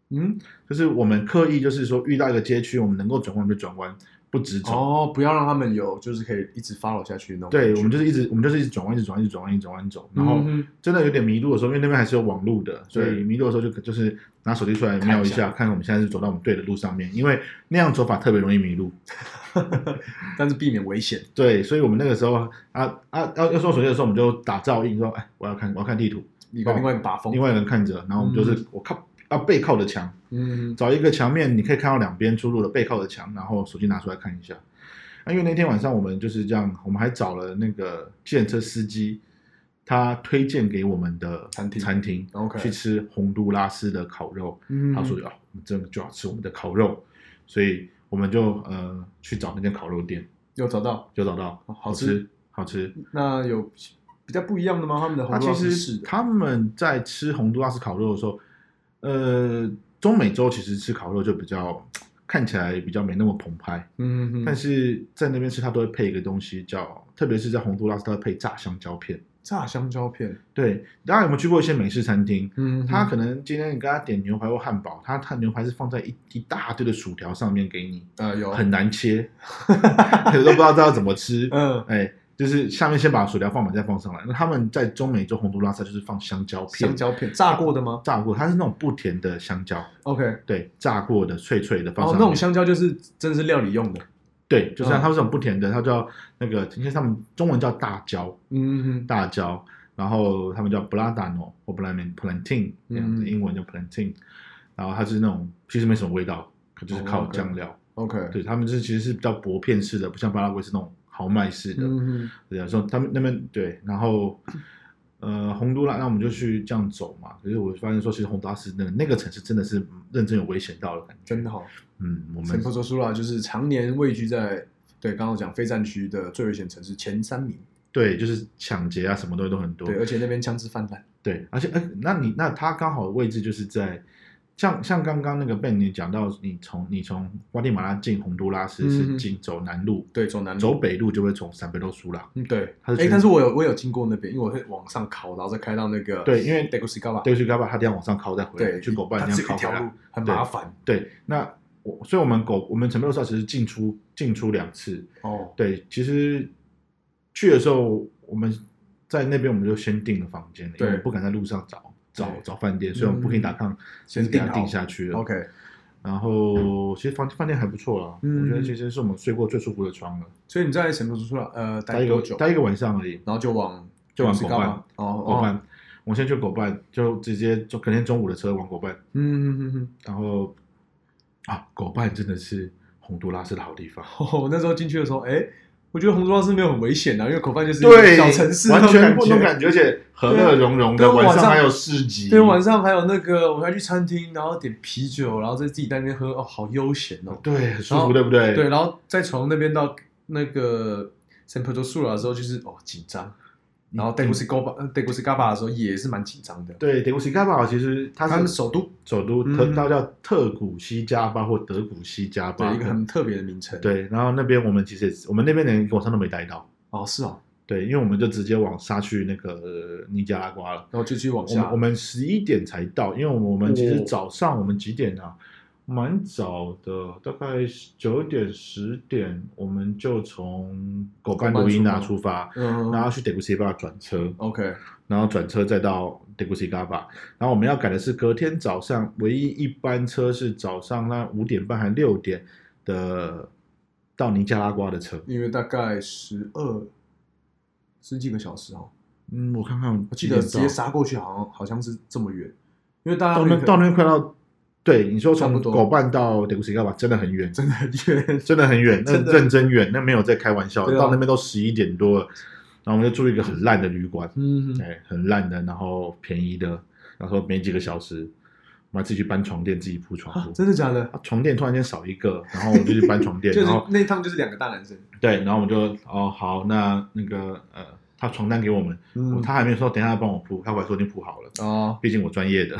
A: 嗯，
B: 就是我们刻意就是说遇到一个街区，我们能够转弯就转弯，不直走。
A: 哦，不要让他们有，就是可以一直 follow 下去那种感觉。
B: 对，我们就是一直，我们就是一直转弯，一直转弯，一直转弯，一直转弯走。然后
A: 嗯哼
B: 真的有点迷路的时候，因为那边还是有网路的，所以迷路的时候就就是拿手机出来
A: 看一下
B: 瞄一下，看我们现在是走到我们对的路上面，因为那样走法特别容易迷路。
A: 但是避免危险。
B: 对，所以我们那个时候啊啊要要收手机的时候，我们就打照应说，哎，我要看我要看地图，
A: 一个
B: 哦
A: 另外一个把风，
B: 另外一个人看着，然后我们就是、我靠要背靠着墙，
A: 嗯，
B: 找一个墙面，你可以看到两边出入的背靠着墙，然后手机拿出来看一下。那、因为那天晚上我们就是这样，我们还找了那个计程车司机，他推荐给我们的
A: 餐厅
B: 餐厅
A: OK
B: 去吃洪都拉斯的烤肉。
A: 嗯
B: 他说啊，我们真的就要吃我们的烤肉，所以我们就呃去找那间烤肉店，
A: 有找到，
B: 就找到
A: 哦好
B: 好
A: 吃
B: 吃好吃。
A: 那有比较不一样的吗？他们的红
B: 他
A: 肉
B: 其
A: 是
B: 实
A: 的，
B: 他们在吃洪都拉斯烤肉的时候，呃，中美洲其实吃烤肉就比较看起来比较没那么澎湃，
A: 嗯
B: 但
A: 哼，
B: 是在那边吃，它都会配一个东西叫，特别是在洪都拉斯，它会配炸香蕉片。
A: 炸香蕉片，
B: 对，大家有没有去过一些美式餐厅？
A: 嗯
B: 他可能今天你跟他点牛排或汉堡，他他牛排是放在一一大堆的薯条上面给你，
A: 呃有
B: 很难切，
A: (laughs)
B: 可能都不知道这要怎么吃。
A: 嗯
B: 哎，就是下面先把薯条放满再放上来。那他们在中美洲洪都拉斯就是放香蕉片，
A: 香蕉片炸过的吗
B: 炸过，它是那种不甜的香蕉，
A: ？OK，
B: 对，炸过的脆脆的放
A: 哦
B: 上
A: 那
B: 面。
A: 种香蕉就是真是料理用的，
B: 对，就是它
A: 嗯
B: 它是很不甜的，它叫那个，因为他们中文叫大蕉，
A: 嗯
B: 大蕉，然后他们叫 bladano 或 blan plantain 这样子，
A: 嗯
B: 英文叫 plantain，然后它是那种其实没什么味道，可就是
A: 哦
B: 靠
A: ，OK
B: 酱料。
A: ，OK，
B: 对，他们是其实是比较薄片式的，不像巴拉圭是那种豪迈式的。
A: 嗯哼，
B: 对啊，说他们那边对，然后呃，洪都拉，那我们就去这样走嘛。可是我发现说，其实洪都拉斯那个那个城市真的是认真有危险到的感觉。
A: 真好。
B: 嗯，我
A: 神
B: 们
A: 婆说出了就是常年位居在对刚刚我讲非战区的最危险城市前三名，
B: 对就是抢劫啊，什么东西都很多。
A: 对，而且那边枪支泛滥，
B: 对，而且哎，那你那他刚好位置就是在，像像刚刚那个 Ben 你讲到，你从你从瓜地马拉进洪都拉斯
A: 嗯
B: 是
A: 哼
B: 进走南路，
A: 对，走南
B: 走北路就会从三北路苏拉。
A: 嗯，对，
B: 它是
A: 哎，
B: 全
A: 但是我有我有经过那边，因为我会往上考，然后再开到那个
B: 对因为
A: 德古斯高吧，
B: 对，去嘎巴他这样往上靠再回来，
A: 对，
B: 去狗
A: 它
B: 半这
A: 只
B: 样
A: 有一
B: 靠回
A: 条
B: 来
A: 路。，很麻烦
B: 对，那我所以我们狗我们城北路上其实进出进出两次。
A: 哦，
B: 对，其实去的时候我们在那边我们就先订了房间了，因
A: 对
B: 为我不敢在路上找找
A: 对嗯
B: 找饭店，所以我们不可以打抗，
A: 先
B: 给它
A: 订好
B: 定下去了。
A: OK，
B: 然后其实房饭店还不错啦，
A: 嗯
B: 我觉得其实是我们睡过最舒服的床了，
A: 所以你在神婆说出来呃
B: 待
A: 待
B: 一
A: 多
B: 个
A: 久？
B: 待一个晚上而已。
A: 然后就往
B: 就往
A: 德古斯高吧，哦
B: 狗
A: 哦，
B: 办，我先去狗办，就直接就隔天中午的车往狗办，
A: 嗯嗯嗯嗯， (laughs)
B: 然后啊，狗办真的是洪都拉斯的好地方。
A: 哦，我那时候进去的时候，哎，我觉得洪都拉斯没有很危险啊的，因为口饭就是一个
B: 对，
A: 小城市
B: 完全不
A: 不
B: 那种
A: 觉。
B: 感觉，而且和乐融融
A: 对
B: 的，
A: 啊对啊
B: 晚
A: 晚上
B: 还有市集，
A: 对，啊晚上还有那个，我还去餐厅，然后点啤酒，然后在自己在那边喝，哦，好悠闲哦。
B: 对很舒
A: 然后
B: 服，对不对？
A: 对，然后再从那边到那个 San Pedro Sula 的时候，就是哦紧
B: 嗯
A: 张，然后 d e g u s g a b a d e g u s g a b a 的时候也是蛮紧张的。
B: 对，德古西加巴其实它
A: 他
B: 是
A: 们首都
B: 首都
A: 嗯
B: 特，它叫特古西加巴或德古西加巴
A: 对，一个很特别的名称。，
B: 啊对，然后那边我们其实也是我们那边的人晚上都没待到，
A: 哦是哦，
B: 对，因为我们就直接往杀去那个呃尼加拉瓜了。
A: 然后就继续往
B: 我们
A: 下
B: 我，们十一点才到，因为我们我们其实
A: 哦
B: 早上我们几点啊？蛮早的，大概九点十点，我们就从狗干
A: 狗干
B: 鲁伊
A: 出
B: 纳
A: 发
B: 出发，
A: 嗯
B: 然后去 d e g u s i b a 转车，
A: ，OK，
B: 然后转车再到 d e g u s i b a 然后我们要赶的是隔天早上唯一一班车是早上那五点半还六点的到尼加拉瓜的车。
A: 因为大概十二十几个小时哦，
B: 嗯，我看看，
A: 我记得
B: 几
A: 直
B: 点
A: 接
B: 到
A: 杀过去，好像好像是这么远，因为大家
B: 到那
A: 会
B: 到那边快到，对你说
A: 差不
B: 从
A: 多
B: 狗办到 d e g u s i b a 真的很远，
A: 真的很远，
B: 真的很远，那
A: 真的
B: 认真远，那没有在开玩笑，
A: 对啊
B: 到那边都十一点多了，然后我们就住一个很烂的旅馆，
A: 嗯
B: 哎、很烂的，然后便宜的，然后没几个小时，我们还自己去搬床垫，自己铺床
A: 啊
B: 铺。
A: 真的假的？
B: 啊床垫突然间少一个，然后我们就去搬床垫，
A: (laughs) 就是
B: 然后
A: 那一趟就是两个大男生，
B: 对，然后我们就哦好，那那个呃，他床单给我们，
A: 嗯
B: 他还没说等一下要帮我铺，他回来说已经铺好了，
A: 哦，
B: 毕竟我专业的，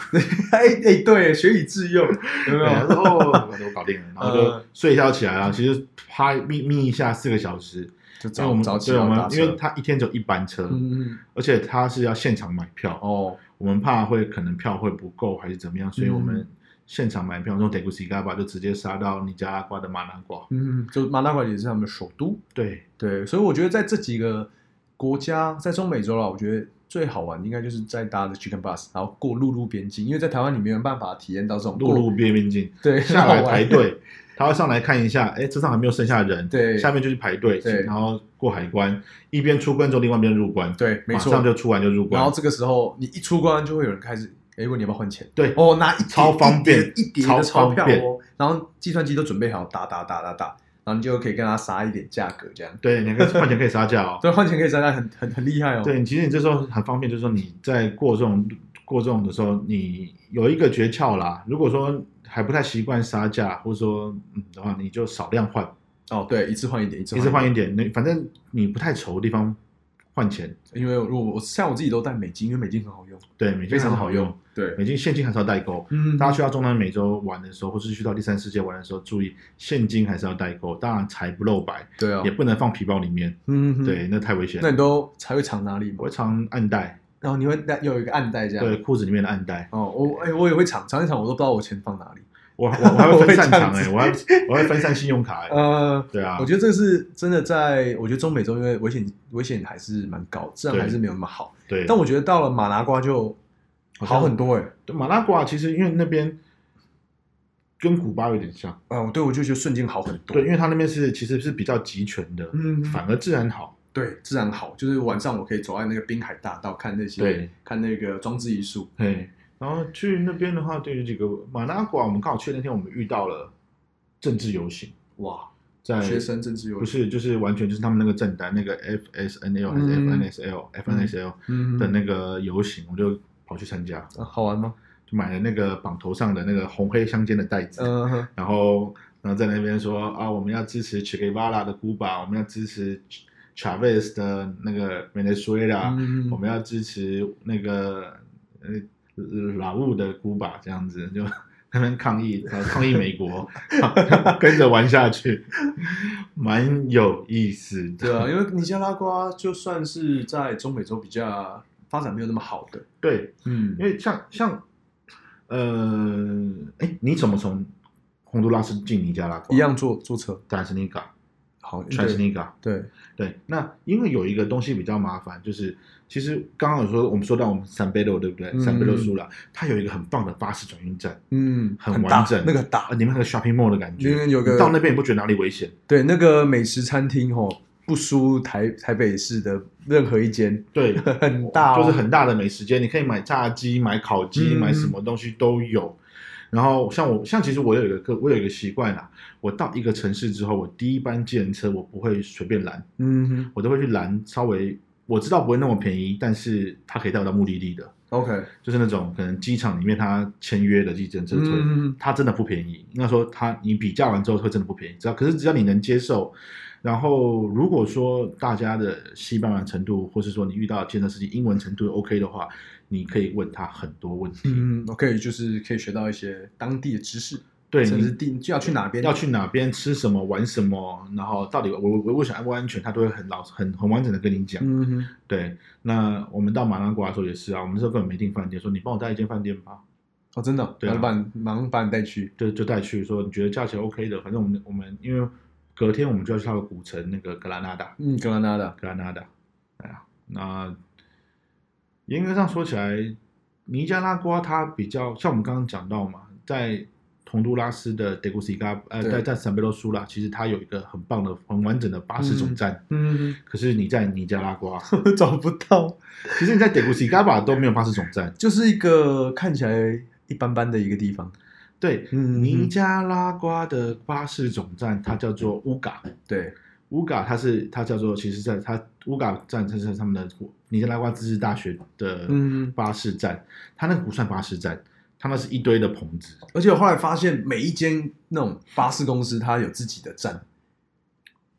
A: 哎 (laughs) 哎，对，学以致用，有没
B: 对，他
A: 有？
B: 说 (laughs) 哦，我搞定了，然后就
A: 啊 (laughs) 嗯
B: 睡一觉起来了，其实趴眯眯一下四个小时，
A: 就
B: 因为我
A: 早
B: 们
A: 早起
B: 对我
A: 要搭
B: 们，
A: 车
B: 因为他一天只有一班车，
A: 嗯嗯
B: 而且他是要现场买票，
A: 哦，
B: 我们怕会可能票会不够还是怎么样，所以我
A: 嗯
B: 们现场买票，从 Tegucigalpa 就直接杀到尼加拉瓜的马南瓜。
A: 嗯，就马拉瓜也是他们的首都，
B: 对，
A: 对，所以我觉得在这几个国家，在中美洲啦，我觉得最好玩应该就是在搭的 Chicken Bus，然后过陆路边境，因为在台湾你没有办法体验到这种
B: 陆
A: 过
B: 路边
A: (laughs)
B: 边境
A: 对
B: 下来
A: 好玩
B: 排队， (laughs) 他会上来看一下，哎，车上还没有剩下人，
A: 对
B: 下面就去排队，
A: 对
B: 然后过海关，一边出关之后，另外一边入关，，
A: 对，没
B: 马
A: 错，
B: 上就出完就入关，
A: 然后这个时候你一出关就会有人开始，哎，问你要不要换钱？
B: 对
A: 哦，拿一叠
B: 超方便
A: 一叠一叠的
B: 超
A: 钞
B: 方
A: 票
B: 便
A: 哦，然后计算机都准备好，打打打打打，然后你就可以跟他杀一点价格这样。
B: 对，你可以换钱可以杀价哦。
A: 对，换钱可以杀价很很很厉害哦。，
B: 对，其实你这时候很方便，就是说你在过这种过这种的时候，你有一个诀窍啦。如果说还不太习惯杀价，或者说嗯的话，你就少量换，
A: 哦，对，一次换一点，一次
B: 一次换
A: 一
B: 一点。那反正你不太愁的地方换钱，
A: 点，因为如果我像我自己都带美金，因为美金很好用，
B: 对，美金
A: 非常
B: 很
A: 好
B: 好
A: 用
B: 用，。
A: 对，
B: 美金现金还是要代购。
A: 嗯
B: 大家去到中南美洲玩的时候，或是去到第三世界玩的时候，注意现金还是要代购，当然财不露白，
A: 对啊
B: 也，不能放皮包里面，
A: 嗯哼，
B: 对，那太危险
A: 那
B: 了
A: 你。都才会藏哪里嘛
B: 我？会藏暗袋，
A: 然后你会带有一个暗袋这样。
B: 对，。裤子里面的暗袋。
A: 哦，我哎、我也会藏，藏一藏，我都不知道我钱放哪里。
B: 我我 (laughs) 我还会分
A: 我会
B: 散
A: 这样
B: 场哎、
A: 子
B: 我还我还分散信用卡哎、
A: 呃，
B: (laughs) 对啊，
A: 我觉得这是真的在，我觉得中美洲因为危险危险还是蛮高，治安
B: 对
A: 还是没有那么好。
B: 对。
A: 但我觉得到了马拿瓜就
B: 好像
A: 好很多哎、
B: 马拉瓜其实因为那边跟古巴有点像，
A: 啊、我对我就觉得瞬间好很多。
B: 对，因为它那边是其实是比较集权的，
A: 嗯，
B: 反而治安好。
A: 对，自然好，就是晚上我可以走在那个滨海大道看那些，
B: 对，
A: 看那个装置艺术。
B: 对，然后去那边的话，对，有几个马拉瓜，我们刚好去那天我们遇到了政治游行，
A: 哇，
B: 在
A: 学生政治游
B: 哎不是就是完全就是他们那个政党那个 FSNL 还是
A: 嗯
B: FNSL、FNSL
A: 嗯
B: 的那个游行，我就跑去参加，
A: 啊好玩吗？
B: 就买了那个绑头上的那个红黑相间的袋子，
A: 嗯、
B: (laughs)
A: 哼
B: 然后然后在那边说啊，我们要支持 Che Guevara 的古巴，我们要支持 Chavez 的那个 Venezuela，、
A: 嗯
B: 啊我们要支持那个呃老挝的古巴，这样子就那边抗议，然后抗议美国，跟着玩下去，蛮有意思的。
A: 对啊，因为尼加拉瓜就算是在中美洲比较发展没有那么好的，
B: 对，
A: 嗯
B: 因为像像呃，哎，你怎么从洪都拉斯进尼加拉瓜？
A: 一，样坐坐车，
B: 坦桑尼亚，
A: 好，
B: 坦
A: 对
B: 桑尼亚。
A: 对，
B: 对，那因为有一个东西比较麻烦，就是其实刚刚有说我们说到我们三贝洛对不对？
A: 嗯
B: 三贝洛苏拉，它有一个很棒的巴士转运站，
A: 嗯，
B: 很
A: 大
B: 完整
A: 那个大
B: 啊，，你们那个 shopping mall 的感觉，
A: 里面有个
B: 你到那边你不觉得哪里危险？
A: 对，那个美食餐厅哦，不输台台北市的任何一间，
B: 对，
A: 很大、哦，
B: 就是很大的美食街，你可以买炸鸡、买烤鸡、
A: 嗯
B: 买什么东西都有。然后像我，像其实我有一个我有一个习惯啊，我到一个城市之后，我第一班计程车我不会随便拦，
A: 嗯哼
B: 我都会去拦稍微我知道不会那么便宜，但是它可以带我到目的地的。
A: ，OK，
B: 就是那种可能机场里面他签约的计程车车，
A: 嗯
B: 它真的不便宜。应该说它你比价完之后会真的不便宜，只要可是只要你能接受，然后如果说大家的西班牙程度，或是说你遇到建设司机英文程度 OK 的话，你可以问他很多问题，
A: 嗯，OK，就是可以学到一些当地的知识，
B: 对
A: 甚至
B: 你。
A: 定就要去哪边，
B: 要去哪边吃什么玩什么，然后到底我我我为什么安不安全，他都会很老很很完整的跟你讲。
A: 嗯哼，
B: 对，那我们到马拉瓜的时候也是啊，我们那时候根本没订饭店，说你帮我带一间饭店吧。
A: 哦，哦，真的哦，
B: 对啊
A: 那就把你马上把你带去，
B: 就就带去说你觉得价钱 OK 的，反正我们我们因为隔天我们就要去他的古城那个格拉纳达，
A: 嗯，格拉纳达，
B: 格拉纳达，哎呀，那严格上说起来，尼加拉瓜它比较像我们刚刚讲到嘛，在洪都拉斯的德古西嘎，呃，
A: 对
B: 在在圣贝洛苏啦，其实它有一个很棒的、很完整的巴士总站。
A: 嗯，
B: 可是你在尼加拉瓜， (laughs)
A: 找不到，
B: 其实你在德古西嘎巴都没有巴士总站。
A: 就是一个看起来一般般的一个地方，
B: 对，
A: 嗯
B: 尼加拉瓜的巴士总站它叫做乌嘎，
A: 对，
B: 乌嘎它是它叫做，其实在它乌嘎站，它是他们的尼加拉瓜自治大学的
A: 嗯
B: 巴士站，它那个不算巴士站，它那是一堆的棚子，
A: 而且我后来发现每一间那种巴士公司它有自己的站，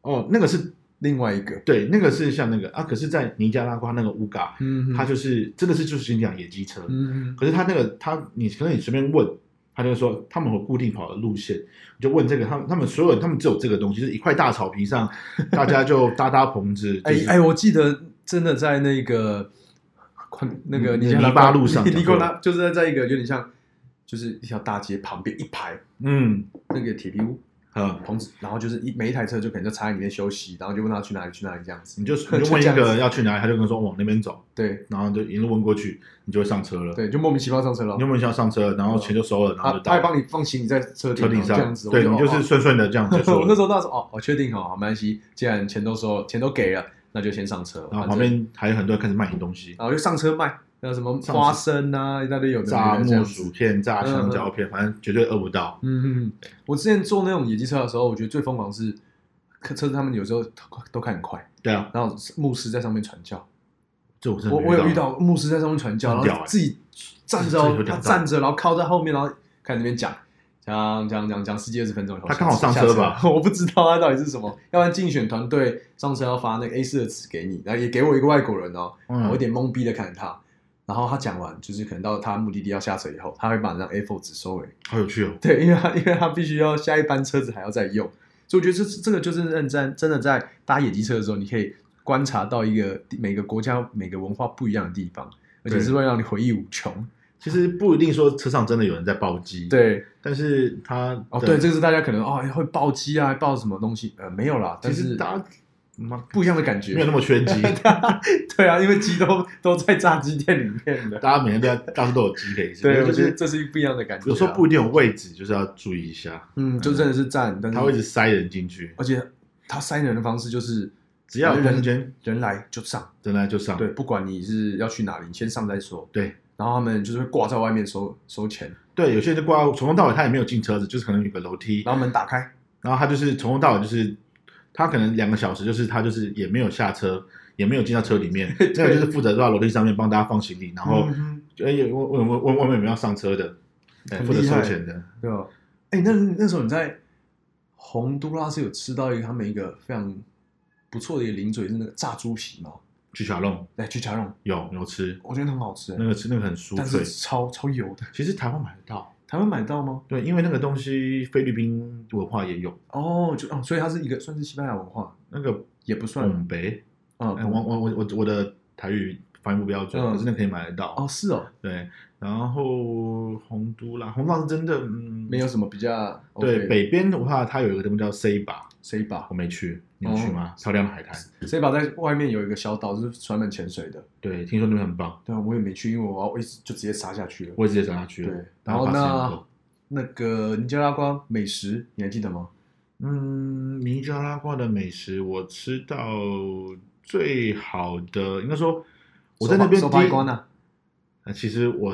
B: 哦，那个是
A: 另外一个，
B: 对，那个是像那个啊，可是，在尼加拉瓜那个乌嘎，
A: 嗯
B: 它就是真的是就是你讲野鸡车，
A: 嗯
B: 可是他那个他，你可能你随便问，他就会说他们有固定跑的路线，你就问这个，他们他们所有人他们只有这个东西，就是一块大草坪上，大家就搭搭
A: (laughs)
B: 棚子，就
A: 哎
B: 是
A: 哎，我记得真的在那个那个
B: 嗯
A: 尼加拉
B: 泥巴
A: 瓜 (laughs)
B: 路上
A: 尼
B: 讲过
A: 古拉就是在在一个有点像，就是一条大街旁边一排
B: 嗯
A: 那个铁皮屋
B: 啊、
A: 棚子，然后就是一每一台车就可能就插在里面休息，然后就问他去哪里去哪里这样子
B: 你。就你就
A: (laughs) 就
B: 问一
A: 这样
B: 个
A: 子
B: 要去哪里，他就跟你说哦往那边走，
A: 对
B: 然后就一路问过去，你就会上车了。，
A: 对，就莫名其妙上车了
B: 你就。问一下上车，然后钱就收了，然后
A: 他
B: 就
A: 他还
B: 到
A: 帮你放行李在车
B: 车顶
A: 这样
B: 上
A: 子。，
B: 对
A: 我
B: 你就
A: 哦
B: 是顺顺的这样结束
A: (laughs) 我那
B: 了。
A: 时候那时候哦，我确定哦，好没关系，既然钱都收了，钱都给了，那就先上车。
B: 然后
A: 反正
B: 旁，边还有很多人开始卖你东西，
A: 然后就上车卖，那什么
B: 上车
A: 花生啊，一大堆有的
B: 炸
A: 没的这
B: 木
A: 样子
B: 薯片、炸香蕉片，反正绝对饿不到。
A: 嗯嗯，嗯我之前坐那种野鸡车的时候，我觉得最疯狂的是，车车子他们有时候都开很快，
B: 对啊，
A: 然后牧师在上面传教，
B: 这我真的
A: 我我有遇
B: 没
A: 到牧师在上面传教，
B: 很
A: 然
B: 屌
A: 后
B: 欸
A: 自己站着
B: 这
A: 哦
B: 有，
A: 他
B: 屌到
A: 站着，然后靠在后面，然后开始那边讲。讲讲讲讲十几二十分钟以后，
B: 他刚好上
A: 下车
B: 车吧
A: 下车 (laughs) 我不知道他到底是什么。要不然竞选团队上车要发那个 A 四的纸给你，然后也给我一个外国人哦，
B: 嗯
A: 我有点懵逼的看着他。然后他讲完，就是可能到他目的地要下车以后，他会把那张 A4 纸收回 (laughs)
B: 好有趣哦。
A: 对，因为他因为他必须要下一班车子还要再用，所以我觉得这这个就是认真真的在搭野鸡车的时候，你可以观察到一个每个国家每个文化不一样的地方，而且
B: 对
A: 是会让你回忆无穷。
B: 其实不一定说车上真的有人在暴击，，
A: 对，
B: 但是他
A: 哦
B: 的
A: 对，这个是大家可能哦会暴击啊，暴什么东西？呃，没有啦，但
B: 其
A: 是
B: 实大家妈
A: 不一样的感觉。
B: 没有那么缺鸡，
A: (laughs) 对啊，因为鸡都都在炸鸡店里面的。
B: 大家每天都在到处都有鸡可以吃，
A: 对，我
B: 就
A: 觉得
B: 是
A: 这是不一样的感觉啊。
B: 有时候不一定有位置，就是要注意一下，
A: 嗯，就真的是站，但是
B: 他会一直塞人进去，
A: 而且他塞人的方式就是
B: 只要有空
A: 人
B: 间，
A: 人来就上。
B: 人来就上，
A: 嗯对，不管你是要去哪里，你先上再说。
B: 对
A: 然后他们就是会挂在外面收收钱，
B: 对，有些人就挂从头到尾他也没有进车子，就是可能有个楼梯，
A: 然后门打开，
B: 然后他就是从头到尾就是他可能两个小时，就是他就是也没有下车，也没有进到车
A: (laughs)
B: 里面，那个就是负责到楼梯上面帮大家放行李，然后
A: 嗯
B: 哎问问问问外面有没有要上车的，哎
A: 很
B: 负责
A: 厉害
B: 收钱的，
A: 对吧？哎，那那时候你在洪都拉斯有吃到一个他们一个非常不错的一个零嘴，是那个炸猪皮嘛？
B: 去小弄
A: 来去夹肉，
B: 有有吃，
A: 我觉得很好吃，欸
B: 那个吃那个很酥
A: 但
B: 脆
A: 是，超超油的。
B: 其实台湾买得到，
A: 台湾买到吗？
B: 对，因为那个东西菲律宾文化也有，
A: 哦，就哦，所以它是一个算是西班牙文化，
B: 那个
A: 也不算
B: 拱北，
A: 啊
B: 嗯哎我我我我我的台语发音不标准，
A: 嗯
B: 可是那可以买得到，
A: 哦，是哦，
B: 对，然后洪都拉，洪都拉是真的，嗯，
A: 没有什么比较
B: 对，北边的话，它有一个地方叫 C 吧，
A: 谁把
B: 我没去，你有去
A: 哦
B: 吗？漂亮的海滩，
A: 谁把在外面有一个小岛是专门潜水的。
B: 对，听说那边很棒，
A: 对啊，我也没去，因为我要我一直就直接杀下去了。
B: 我也直接找他去了
A: 对。，然后
B: 把时间不
A: 那
B: 够
A: 那个尼加拉瓜美食你还记得吗？
B: 嗯，尼加拉瓜的美食，我吃到最好的，应该说我在那边
A: 手
B: 第
A: 扒
B: 一
A: 光了，
B: 呃其实我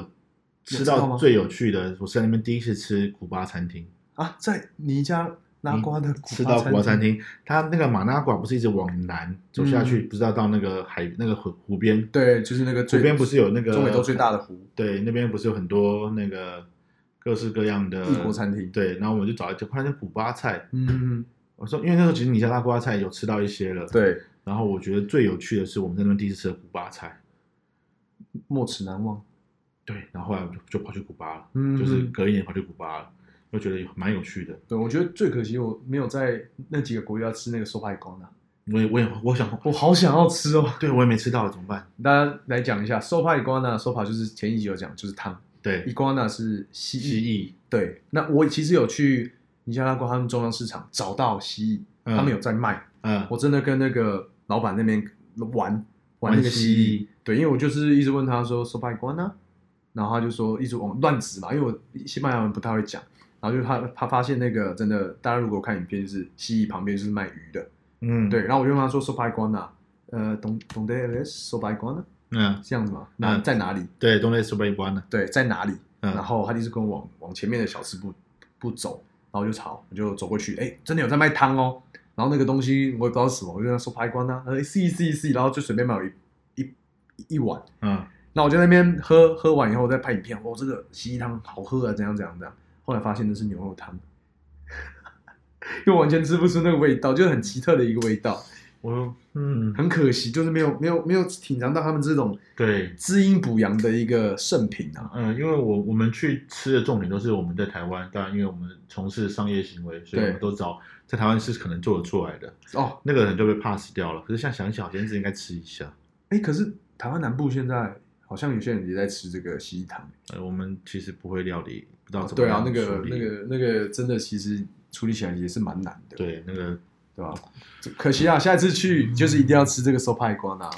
B: 吃
A: 有吃到吗
B: 到最有趣的，我是在那边第一次吃古巴餐厅，
A: 啊，在尼加拉瓜的古巴
B: 嗯吃到古巴餐
A: 餐，
B: 厅，它那个马纳瓜不是一直往南走下去，不知道到那个海那个湖湖边，
A: 嗯对，就是那个
B: 湖
A: 最
B: 边不是有那个
A: 中美洲最大的湖，
B: 对，那边不是有很多那个各式各样的
A: 异国餐厅
B: 呃对，然后我就找一就发现古巴菜，
A: 嗯，
B: 我说因为那时候其实尼加拉瓜菜有吃到一些了，。
A: 对，
B: 然后我觉得最有趣的是我们在那边第一次吃的古巴菜，
A: 莫齿难忘，
B: 对，然后后来我就就跑去古巴了，
A: 嗯
B: 就是隔一年跑去古巴了，又觉得蛮有趣的。
A: 对我觉得最可惜我没有在那几个国家吃那个手扒光的，
B: 我也我也我想，
A: 我好想要吃哦。
B: 对我也没吃到怎么办？
A: 大家来讲一下，sopa iguana sopa 就是前一集有讲，就是汤，
B: 对，
A: ，iguana 是蜥
B: 蜥
A: 蜴。
B: 蜴，
A: 对，那我其实有去尼加拉瓜他们中央市场找到蜥蜴，
B: 嗯
A: 他们有在卖。
B: 嗯，
A: 我真的跟那个老板那边玩玩那个蜥
B: 蜥
A: 蜴，
B: 蜴，
A: 对，因为我就是一直问他说 “so by 关呢”，然后他就说一直往乱指嘛，因为我西班牙文不太会讲，然后就他他发现那个真的，大家如果看影片就是蜥蜴旁边就是卖鱼的，
B: 嗯，
A: 对，，然后我就问他说 “so by 关呢”，呃，懂懂得 l s so by 关呢，
B: 嗯，
A: 这样子嘛，那
B: 嗯
A: 在哪里？
B: 对，Don't let s u b a 关了，
A: 对，在哪里？然
B: 嗯，
A: 后他就是跟我往往前面的小吃部不走，然后就吵，我就走过去，哎，真的有在卖汤哦。然后那个东西我也不知道是什么，我就跟他说排关啊，他说试一试一试，然后就随便买了一一一一碗。
B: 嗯，
A: 那我就在那边喝，喝完以后我再拍影片，哇，哦这个蜥蜴汤好喝啊，怎样怎样怎样。后来发现那是牛肉汤， (laughs) 又完全吃不出那个味道，就是很奇特的一个味道，
B: 我，嗯，
A: 很可惜，就是没有没有没有品尝到他们这种
B: 对，
A: 滋阴补阳的一个圣品啊。
B: 嗯，因为我我们去吃的重点都是我们在台湾，当然因为我们从事商业行为，所以
A: 对
B: 我们都知道在台湾是可能做得出来的，
A: 哦，
B: 那个人就被 pass 掉了。可是现在想一想，好像是应该吃一下。
A: 哎，可是台湾南部现在好像有些人也在吃这个蜥蜴汤。
B: 呃，我们其实不会料理，不知道怎么
A: 对啊
B: 样，
A: 那
B: 处
A: 个
B: 理
A: 那个那个真的其实处理起来也是蛮难的，
B: 对那个
A: 对吧？这可惜啊，下次去就是一定要吃这个手派关啊。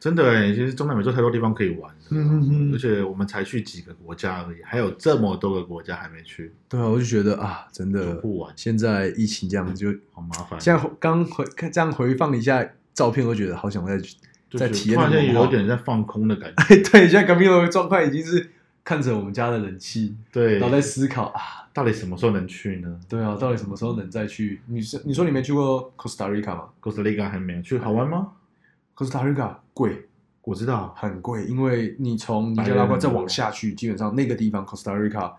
B: 真的哎，其实中南美洲太多地方可以玩了，
A: 嗯嗯嗯
B: 而且我们才去几个国家而已，还有这么多个国家还没去，
A: 对啊，我就觉得啊，真
B: 都
A: 的，
B: 不玩，
A: 现在疫情这样就，
B: 好麻烦。
A: 现在回刚回看这样回放一下照片，我觉得好想再去
B: 就是
A: 再体验
B: 突
A: 那
B: 然
A: 个
B: 间
A: 文
B: 有
A: 化。
B: 点在放空的感觉，
A: (laughs) 对，现在 Camilo 的状况已经是看着我们家的冷气，
B: 对
A: 然，后在思考啊，
B: 到底什么时候能去呢？
A: 对啊，到底什么时候能再去？你是你说你没去过 Costa Rica 吗？
B: 哥斯达黎加还没有去，好玩吗？
A: 可是 Costa Rica 贵，
B: 我知道，
A: 很贵，因为你从尼加拉瓜再往下去，基本上那个地方 Costa Rica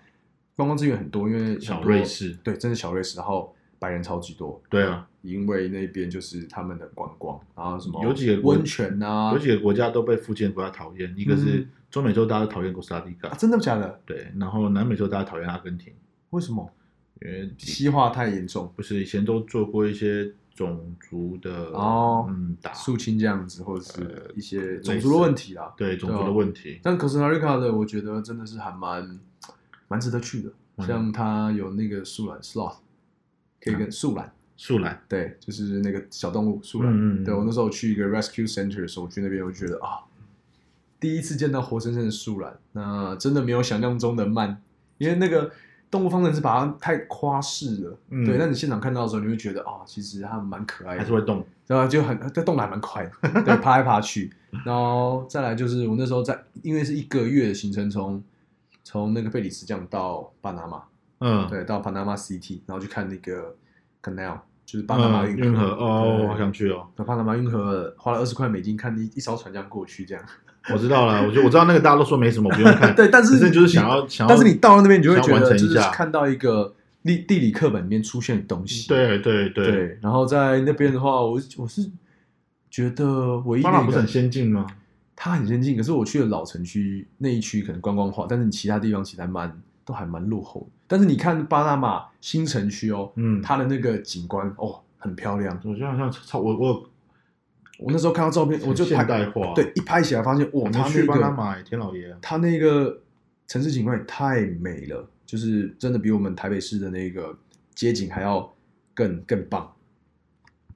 A: 观光资源很多，因为
B: 小
A: 很多
B: 瑞，士，
A: 对，真的小瑞士，然后白人超级多，
B: 对啊，
A: 因为那边就是他们的观光，然后什么
B: 有几个国
A: 温泉啊
B: 有，几个国家都被附近的国家讨厌，一个是
A: 嗯
B: 中美洲大家都讨厌哥斯达黎加
A: 啊，真的假的？
B: 对，然后南美洲大家讨厌阿根廷，
A: 为什么
B: 因为
A: 西化太严重，
B: 不是以前都做过一些种族的
A: 哦
B: 嗯打
A: 肃清这样子，或者是
B: 呃
A: 一些
B: 类
A: 种
B: 似
A: 族的问题啦。
B: 对种
A: 对
B: 族
A: 啊
B: 的问题，
A: 但 Costa Rica 的，我觉得真的是还蛮蛮值得去的，
B: 嗯
A: 像它有那个树懒 sloth，可以跟树懒。
B: 树懒
A: 对，就是那个小动物树懒。
B: 嗯嗯嗯
A: 对我那时候去一个 rescue center 的时候，我去那边我就觉得啊，第一次见到活生生的树懒，那真的没有想象中的慢，因为那个动物方程式把它太夸饰了。
B: 嗯
A: 对，那你现场看到的时候，你会觉得啊，其实它蛮可爱
B: 还
A: 的
B: 是，会动，
A: 然后就很它动得还蛮快的， (laughs) 对，爬来爬去。然后再来就是我那时候在，因为是一个月的行程从。从那个贝里斯降到巴拿马，
B: 嗯，
A: 对，到巴拿马 City，然后去看那个 Canal，就是巴拿马
B: 嗯，
A: 运
B: 运河哦，
A: 对
B: 我好想去哦，
A: 那巴拿马运河花了二十块美金看一一艘船这样过去，这 (laughs) 样。
B: 我知道了，我觉得我知道那个大家都说没什么，不用看，
A: 对，但
B: 可
A: 是
B: 是就是
A: 你
B: 想，要想要，
A: 但是你到了那边，你就会
B: 想要
A: 觉
B: 完
A: 得
B: 成
A: 就
B: 一
A: 是
B: 下，
A: 看到一个地地理课本里面出现的东西。
B: 对对
A: 对
B: 对，
A: 然后在那边的话，我我是觉得唯一
B: 巴拿
A: 那
B: 马不是
A: 个
B: 很先进吗？
A: 它很先进，可是我去了老城区那一区可能观光化，但是你其他地方其实还蛮都还蛮落后的。但是你看巴拿马新城区哦，
B: 嗯，
A: 它的那个景观哦很漂亮。
B: 我觉得好像超我我
A: 我那时候看到照片，我就拍
B: 现代化，
A: 对，一拍起来发现哇，
B: 我
A: 它
B: 们
A: 那
B: 去巴拿
A: 个
B: 马，天老爷，
A: 它那个城市景观也太美了，就是真的比我们台北市的那个街景还要更更棒。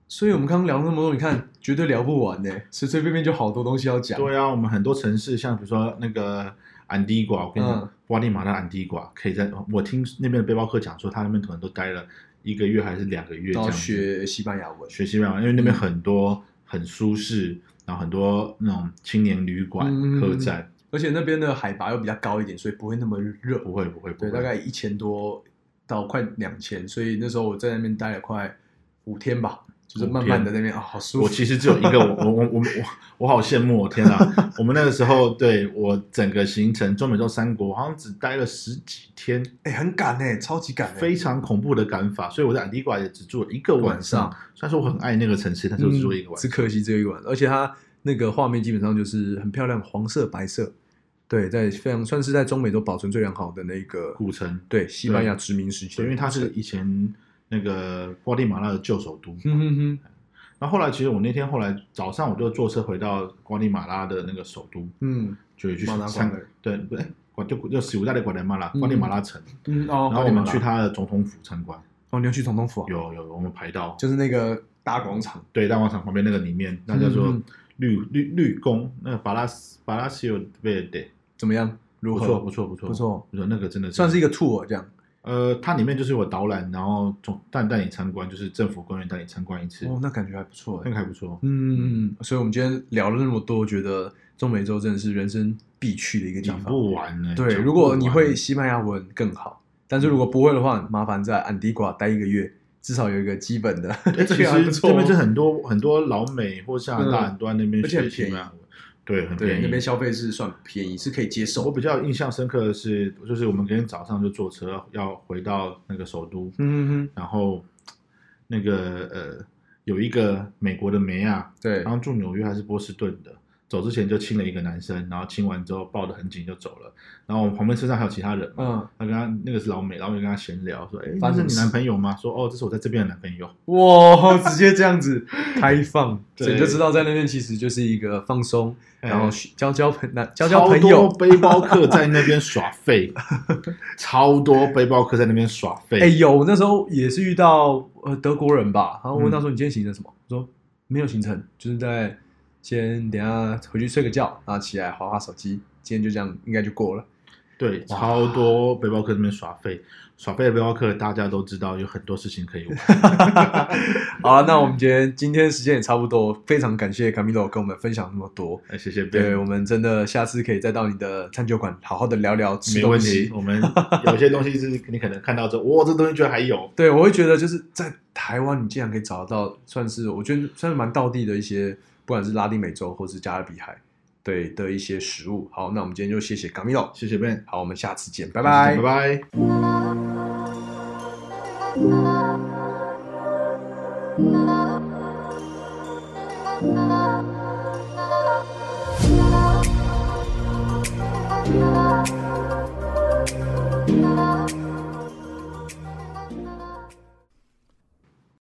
A: 所以我们刚刚聊了那么多，你看绝对聊不完呢，随随便便就好多东西要讲。
B: 对啊，我们很多城市，像比如说那个安迪瓜，我跟你讲
A: 嗯，
B: 瓜地马拉安迪瓜可以在，我听那边的背包客讲说，他那边可能都待了一个月还是两个月这
A: 然后
B: 样子，
A: 学嗯西班牙文，
B: 学西班牙文，因为那边很多很舒适，然后很多那种青年旅馆、
A: 嗯
B: 客栈，
A: 而且那边的海拔又比较高一点，所以不会那么热。
B: 不会不会不
A: 对，
B: 会，
A: 大概一千多到快两千，所以那时候我在那边待了快五天吧，就是慢慢的那边啊、好舒服。
B: 我其实只有一个，我我我我我我好羡慕哦！天哪，我们那个时候对我整个行程中美洲三国好像只待了十几天，
A: 哎、很赶哎、超级赶哎、
B: 非常恐怖的赶法，所以我在安迪瓜也只住了一个晚上。
A: 晚
B: 虽然说我很爱那个城市，但是我只住了一个晚
A: 嗯只
B: 上。
A: 可惜只有一个晚，而且它那个画面基本上就是很漂亮，黄色、白色，对，在非常算是在中美洲保存最良好的那个
B: 古城，
A: 对西班牙殖民时期，
B: 对，因为它是以前那个瓜地马拉的旧首都。
A: 哼嗯哼哼，
B: 然后后来，其实我那天后来早上我就坐车回到瓜地马拉的那个首都，
A: 嗯，
B: 就去
A: 马拿瓜
B: 参
A: 尔
B: 对不对？管就就史古代的瓜地马拉，瓜地马拉城，
A: 嗯哦，
B: 然后我们去他的总统府参观，
A: 哦，你要去总统府啊，
B: 有有我们排到
A: 就是那个大广场，
B: 对大广场旁边那个里面，那叫做
A: 嗯
B: 绿绿绿宫，那个巴拉斯巴拉西奥贝德，
A: 怎么样？如
B: 不
A: 何？
B: 错不错不错
A: 不错，
B: 不错，那个真的
A: 算是一个 tour 这样。
B: 呃，它里面就是有导览，然后总带带你参观，就是政府官员带你参观一次，
A: 哦，那感觉还不错
B: 那
A: 哎。
B: 个还不错。
A: 嗯，所以我们今天聊了那么多，我觉得中美洲真的是人生必去的一个地
B: 讲
A: 方。
B: 不完呢。
A: 对，
B: 哎讲不
A: 如果你
B: 完
A: 会西班牙文更好，但
B: 嗯
A: 是如果不会的话，麻烦在安迪瓜待一个月，至少有一个基本的。 (laughs)
B: 哎，其
A: 这个还不
B: 实
A: 错哦
B: 这边是很多很多老美或加拿大
A: 嗯
B: 很多在那边
A: 而且很
B: 学习
A: 便宜
B: 西班牙文，对，很
A: 对，
B: 便
A: 那边
B: 宜。
A: 消费是算便宜，是可以接受
B: 我
A: 的。
B: 比较印象深刻的是，就是我们今天早上就坐车要回到那个首都，
A: 嗯嗯嗯，
B: 然后那个呃有一个美国的梅亚，
A: 对
B: 然，后住纽约还是波士顿的，走之前就亲了一个男生，然后亲完之后抱得很紧就走了，然后我们旁边车上还有其他人嘛，
A: 嗯，
B: 他跟他那个是老美，老美跟他闲聊说，哎，
A: 发
B: 那
A: 生什
B: 是
A: 么
B: 你
A: 事
B: 男朋友吗？说哦，这是我在这边的男朋友。
A: 哇，直接这样
B: (laughs)
A: 子开放，
B: 对
A: 所以你就知道在那边其实就是一个放松，
B: 哎
A: 然后交交朋那交
B: 超
A: 交朋
B: 多
A: 友。
B: 背包客在那边耍废， (laughs) 超多背包客在那边耍废。
A: 哎，有我那时候也是遇到呃德国人吧，然后问他
B: 嗯
A: 说你今天行程什么？我说没有行程，就是在先等一下回去睡个觉，然后起来划划手机，今天就这样应该就过
B: (laughs)
A: 了。
B: 对，
A: 哇
B: 超多背包客在那边耍废，耍废的背包客大家都知道有很多事情
A: (laughs)
B: 可以玩。
A: 好了，那我们今天今天时间也差不多，非常感谢 Camilo 跟我们分享那么多。
B: 哎，谢谢 Ben，
A: 对我们真的下次可以再到你的餐酒馆好好的聊聊吃
B: 没
A: 东
B: 问
A: 西
B: 题。。我们有些东西是你可能看到之后，哇，这东西居然还有。
A: 对，我会觉得就是在台湾，你竟然可以找得到，算是我觉得算是蛮道地的一些，不管是拉丁美洲或是加勒比海，对的一些食物。好，那我们今天就谢谢 Camilo，
B: 谢谢 Ben，
A: 好，我们下次见，拜
B: 拜拜。
D: Thank you.